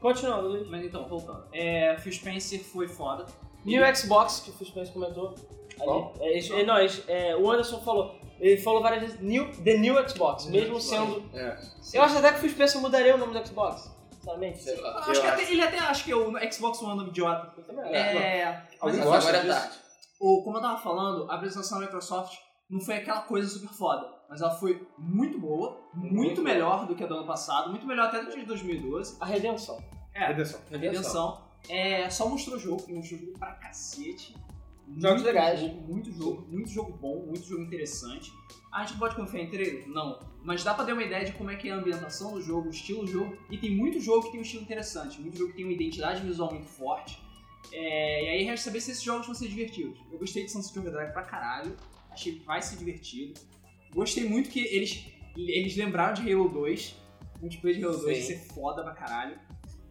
Continuando, Luiz. Mas então, voltando. É, Phil Spencer foi foda. E o Xbox, que o Phil Spencer comentou. Qual? Ali, é, eles- é, não, eles- é, o Anderson falou. Ele falou várias vezes new, The New Xbox, mesmo sendo. É. Eu acho até que o Phil Spencer mudaria o nome do Xbox. Sinceramente. Sei lá. acho que até- ele até acha que é o Xbox One é um idiota. Eu também acho. É, Alguém Mas gosta agora é disso? tarde. o, como eu tava falando, a apresentação da Microsoft não foi aquela coisa super foda. Mas ela foi muito boa, muito, Muito boa. melhor do que a do ano passado, muito melhor até do que a de 2012. A redenção. É, Atenção. redenção. É, só mostrou o jogo, e mostrou o jogo pra cacete. Jogos Muito legais. Jogo, muito jogo, muito jogo bom, muito jogo interessante. A gente pode confiar em trailer? Não. Mas dá pra ter uma ideia de como é que é a ambientação do jogo, o estilo do jogo. E tem muito jogo que tem um estilo interessante, muito jogo que tem uma identidade visual muito forte. É, e aí resta saber se esses jogos vão ser divertidos. Eu gostei de Sunset Overdrive pra caralho, achei que vai ser divertido. Gostei muito que eles, eles lembraram de Halo 2, o multiplayer de Halo 2 Sim. ser foda pra caralho.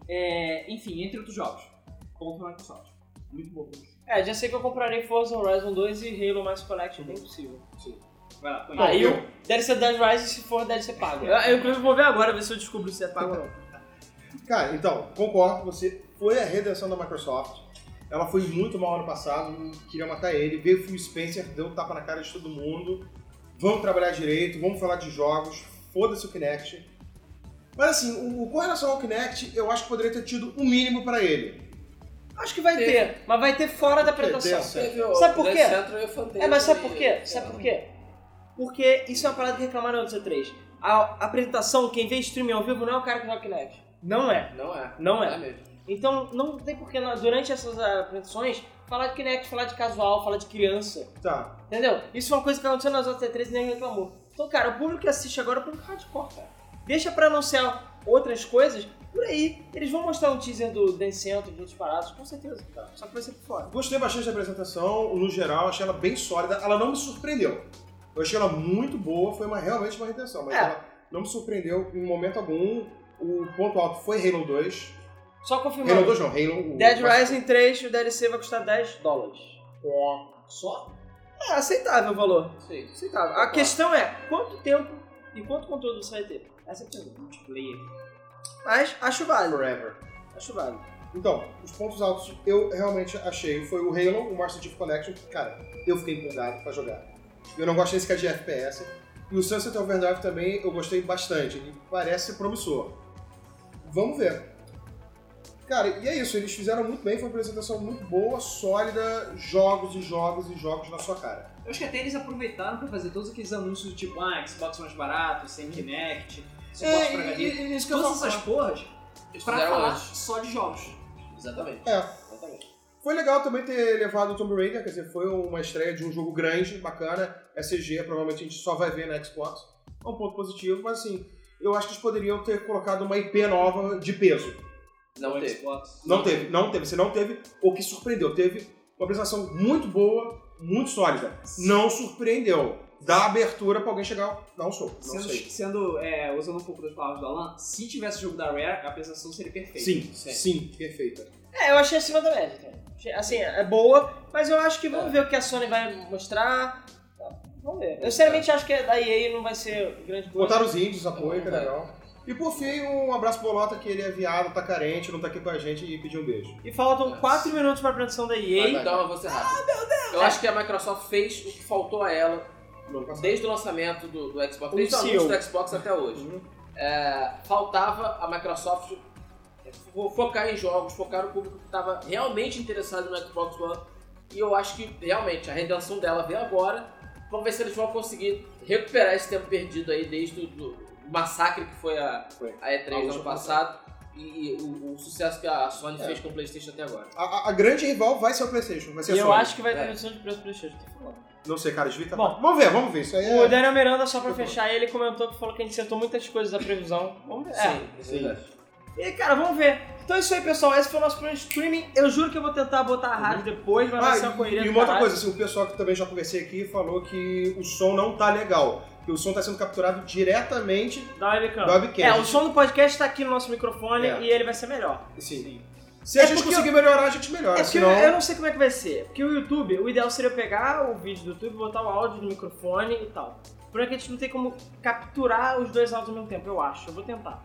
É, enfim, entre outros jogos. Ponto Microsoft. Muito bom. É, já sei que eu comprarei Forza Horizon 2 e Halo mais Collection, bem possível. Vai lá, põe Aí aí. eu. Deve ser Dead Rising, se for, deve ser pago. Eu, eu, inclusive, vou ver agora, ver se eu descubro se é pago ou não. Cara, então, concordo com você. Foi a redenção da Microsoft. Ela foi muito mal ano passado, queria matar ele. Veio o Phil Spencer, deu um tapa na cara de todo mundo. Vamos trabalhar direito, vamos falar de jogos. Foda-se o Kinect. Mas assim, o, o- com relação ao Kinect, eu acho que poderia ter tido o mínimo pra ele. Acho que vai Teve. ter, mas vai ter fora da apresentação. Dessa. Teve o Sabe por Dance quê? Central e o Fantasy É, mas sabe por e- quê? Sabe por quê? Porque isso é uma parada que reclamaram no C3. A apresentação, quem vê streaming ao vivo não é o cara que joga Kinect. Não é. Não é. Não Não é. é mesmo. Então, não tem porquê, não- durante essas apresentações, falar de Kinect, falar de casual, falar de criança. Tá. Entendeu? Isso é uma coisa que aconteceu nas outras C3 e ninguém reclamou. Então, cara, o público que assiste agora é o público hardcore, cara. Deixa pra anunciar outras coisas, por aí. Eles vão mostrar um teaser do Dance Central, de outros parados, com certeza. Cara. Só que vai ser por fora. Gostei bastante da apresentação, no geral, achei ela bem sólida. Ela não me surpreendeu. Eu achei ela muito boa, foi uma, realmente uma redenção, mas É. ela não me surpreendeu em momento algum. O ponto alto foi Halo 2. Só Halo confirmando. 2 não, Halo... o- Dead Rising 3, o DLC vai custar 10 dólares. Só? É aceitável o valor. Sim. Aceitável. A questão é quanto tempo e quanto conteúdo você vai ter. Essa é a pergunta. Multiplayer. Mas acho válido. Forever. Acho válido. Então, os pontos altos eu realmente achei foi o Halo, o Master Chief Collection, que, cara, eu fiquei empolgado pra jogar. Eu não gostei desse que é de FPS. E o Sunset Overdrive também eu gostei bastante, ele parece promissor. Vamos ver. Cara, e é isso, eles fizeram muito bem, foi uma apresentação muito boa, sólida, jogos e jogos e jogos na sua cara. Eu acho que até eles aproveitaram pra fazer todos aqueles anúncios tipo, ah, Xbox mais barato, sem Kinect, suporte pra Uhum. É, e- HD. e- e isso que eu Todas falo. essas porras Eles pra fizeram falar antes. só de jogos. Exatamente. É. Exatamente. Foi legal também ter levado o Tomb Raider, quer dizer, foi uma estreia de um jogo grande, bacana. SG, provavelmente a gente só vai ver na Xbox. É um ponto positivo, mas assim, eu acho que eles poderiam ter colocado uma IP nova de peso. Não No teve. Então, Xbox. Não teve, não teve, você não teve, o que surpreendeu. Teve uma apresentação muito boa, muito sólida. Não surpreendeu. Dá abertura pra alguém chegar, dar um soco. Não Sendo, sei. sendo, é, usando um pouco das palavras do Alan, se tivesse o jogo da Rare, a apresentação seria perfeita. Sim, Sim. sim, perfeita. É, eu achei acima da média. Então. Achei- Assim, é boa, mas eu acho que vamos ver o que a Sony vai mostrar. É. Tá, Vamos ver. Eu sinceramente acho que a da EA não vai ser grande coisa. Botaram os índios, apoio, que é É. legal. E por fim, um abraço pro Bolota, que ele é viado, tá carente, não tá aqui com a gente e pediu um beijo. E faltam Nossa. 4 minutos pra apresentação da EA. vai. Então eu vou ser rápido. Eu acho que a Microsoft fez o que faltou a ela No ano passado. desde o lançamento do, do Xbox, desde O o anúncio CEO. do Xbox até hoje. Uhum. É, faltava a Microsoft fo- focar em jogos, focar no público que estava realmente interessado no Xbox One. E eu acho que realmente a redenção dela veio agora. Vamos ver se eles vão conseguir recuperar esse tempo perdido aí desde o do massacre que foi a, Foi. a A E3 ano última passado. E, e o, o sucesso que a Sony É. fez com o PlayStation até agora. A, a- a grande rival vai ser o PlayStation, vai ser a E eu Sony. acho que vai ter É. redução de preço pro PlayStation, tô falando. Não sei, cara, devia tá... Bom. vamos ver, vamos ver. Isso aí O é... Daniel Miranda, só pra fechar, ele comentou que falou que a gente acertou muitas coisas da previsão. Vamos ver. É. é sim. Ah, verdade. E cara, vamos ver. Então é isso aí, pessoal. Esse foi o nosso primeiro streaming. Eu juro que eu vou tentar botar a rádio depois, mas vai ser uma Ah, correria e, e do uma outra caralho. coisa, assim, o pessoal que também já conversei aqui falou que o som não tá legal, que o som tá sendo capturado diretamente Da um webcam. da um webcam. É, o som do podcast tá aqui no nosso microfone É. e ele vai ser melhor. Sim. Se a É gente porque conseguir melhorar, a gente melhora, É porque eu, Ah, senão... eu não sei como é que vai ser. Porque o YouTube, o ideal seria eu pegar o vídeo do YouTube, botar o áudio no microfone e tal. O problema é que a gente não tem como capturar os dois áudios ao mesmo tempo, eu acho. Eu vou tentar.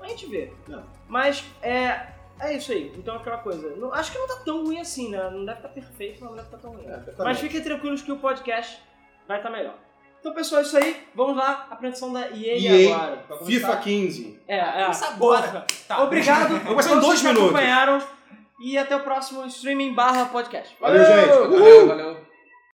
Mas a gente vê. Não. Mas é. É isso aí. Então aquela coisa. não- acho que não tá tão ruim assim, né? Não deve estar perfeito, mas não deve estar tão ruim. É, tá Mas bom. fiquem tranquilos que o podcast vai estar melhor. Então, pessoal, é isso aí. Vamos lá. Apresentação da EA, EA, agora. Pra começar. FIFA 15. É, é. Começa agora. Tá. Obrigado. Mas são todos dois que minutos. acompanharam. E até o próximo streaming barra podcast. Valeu, gente. Valeu, valeu.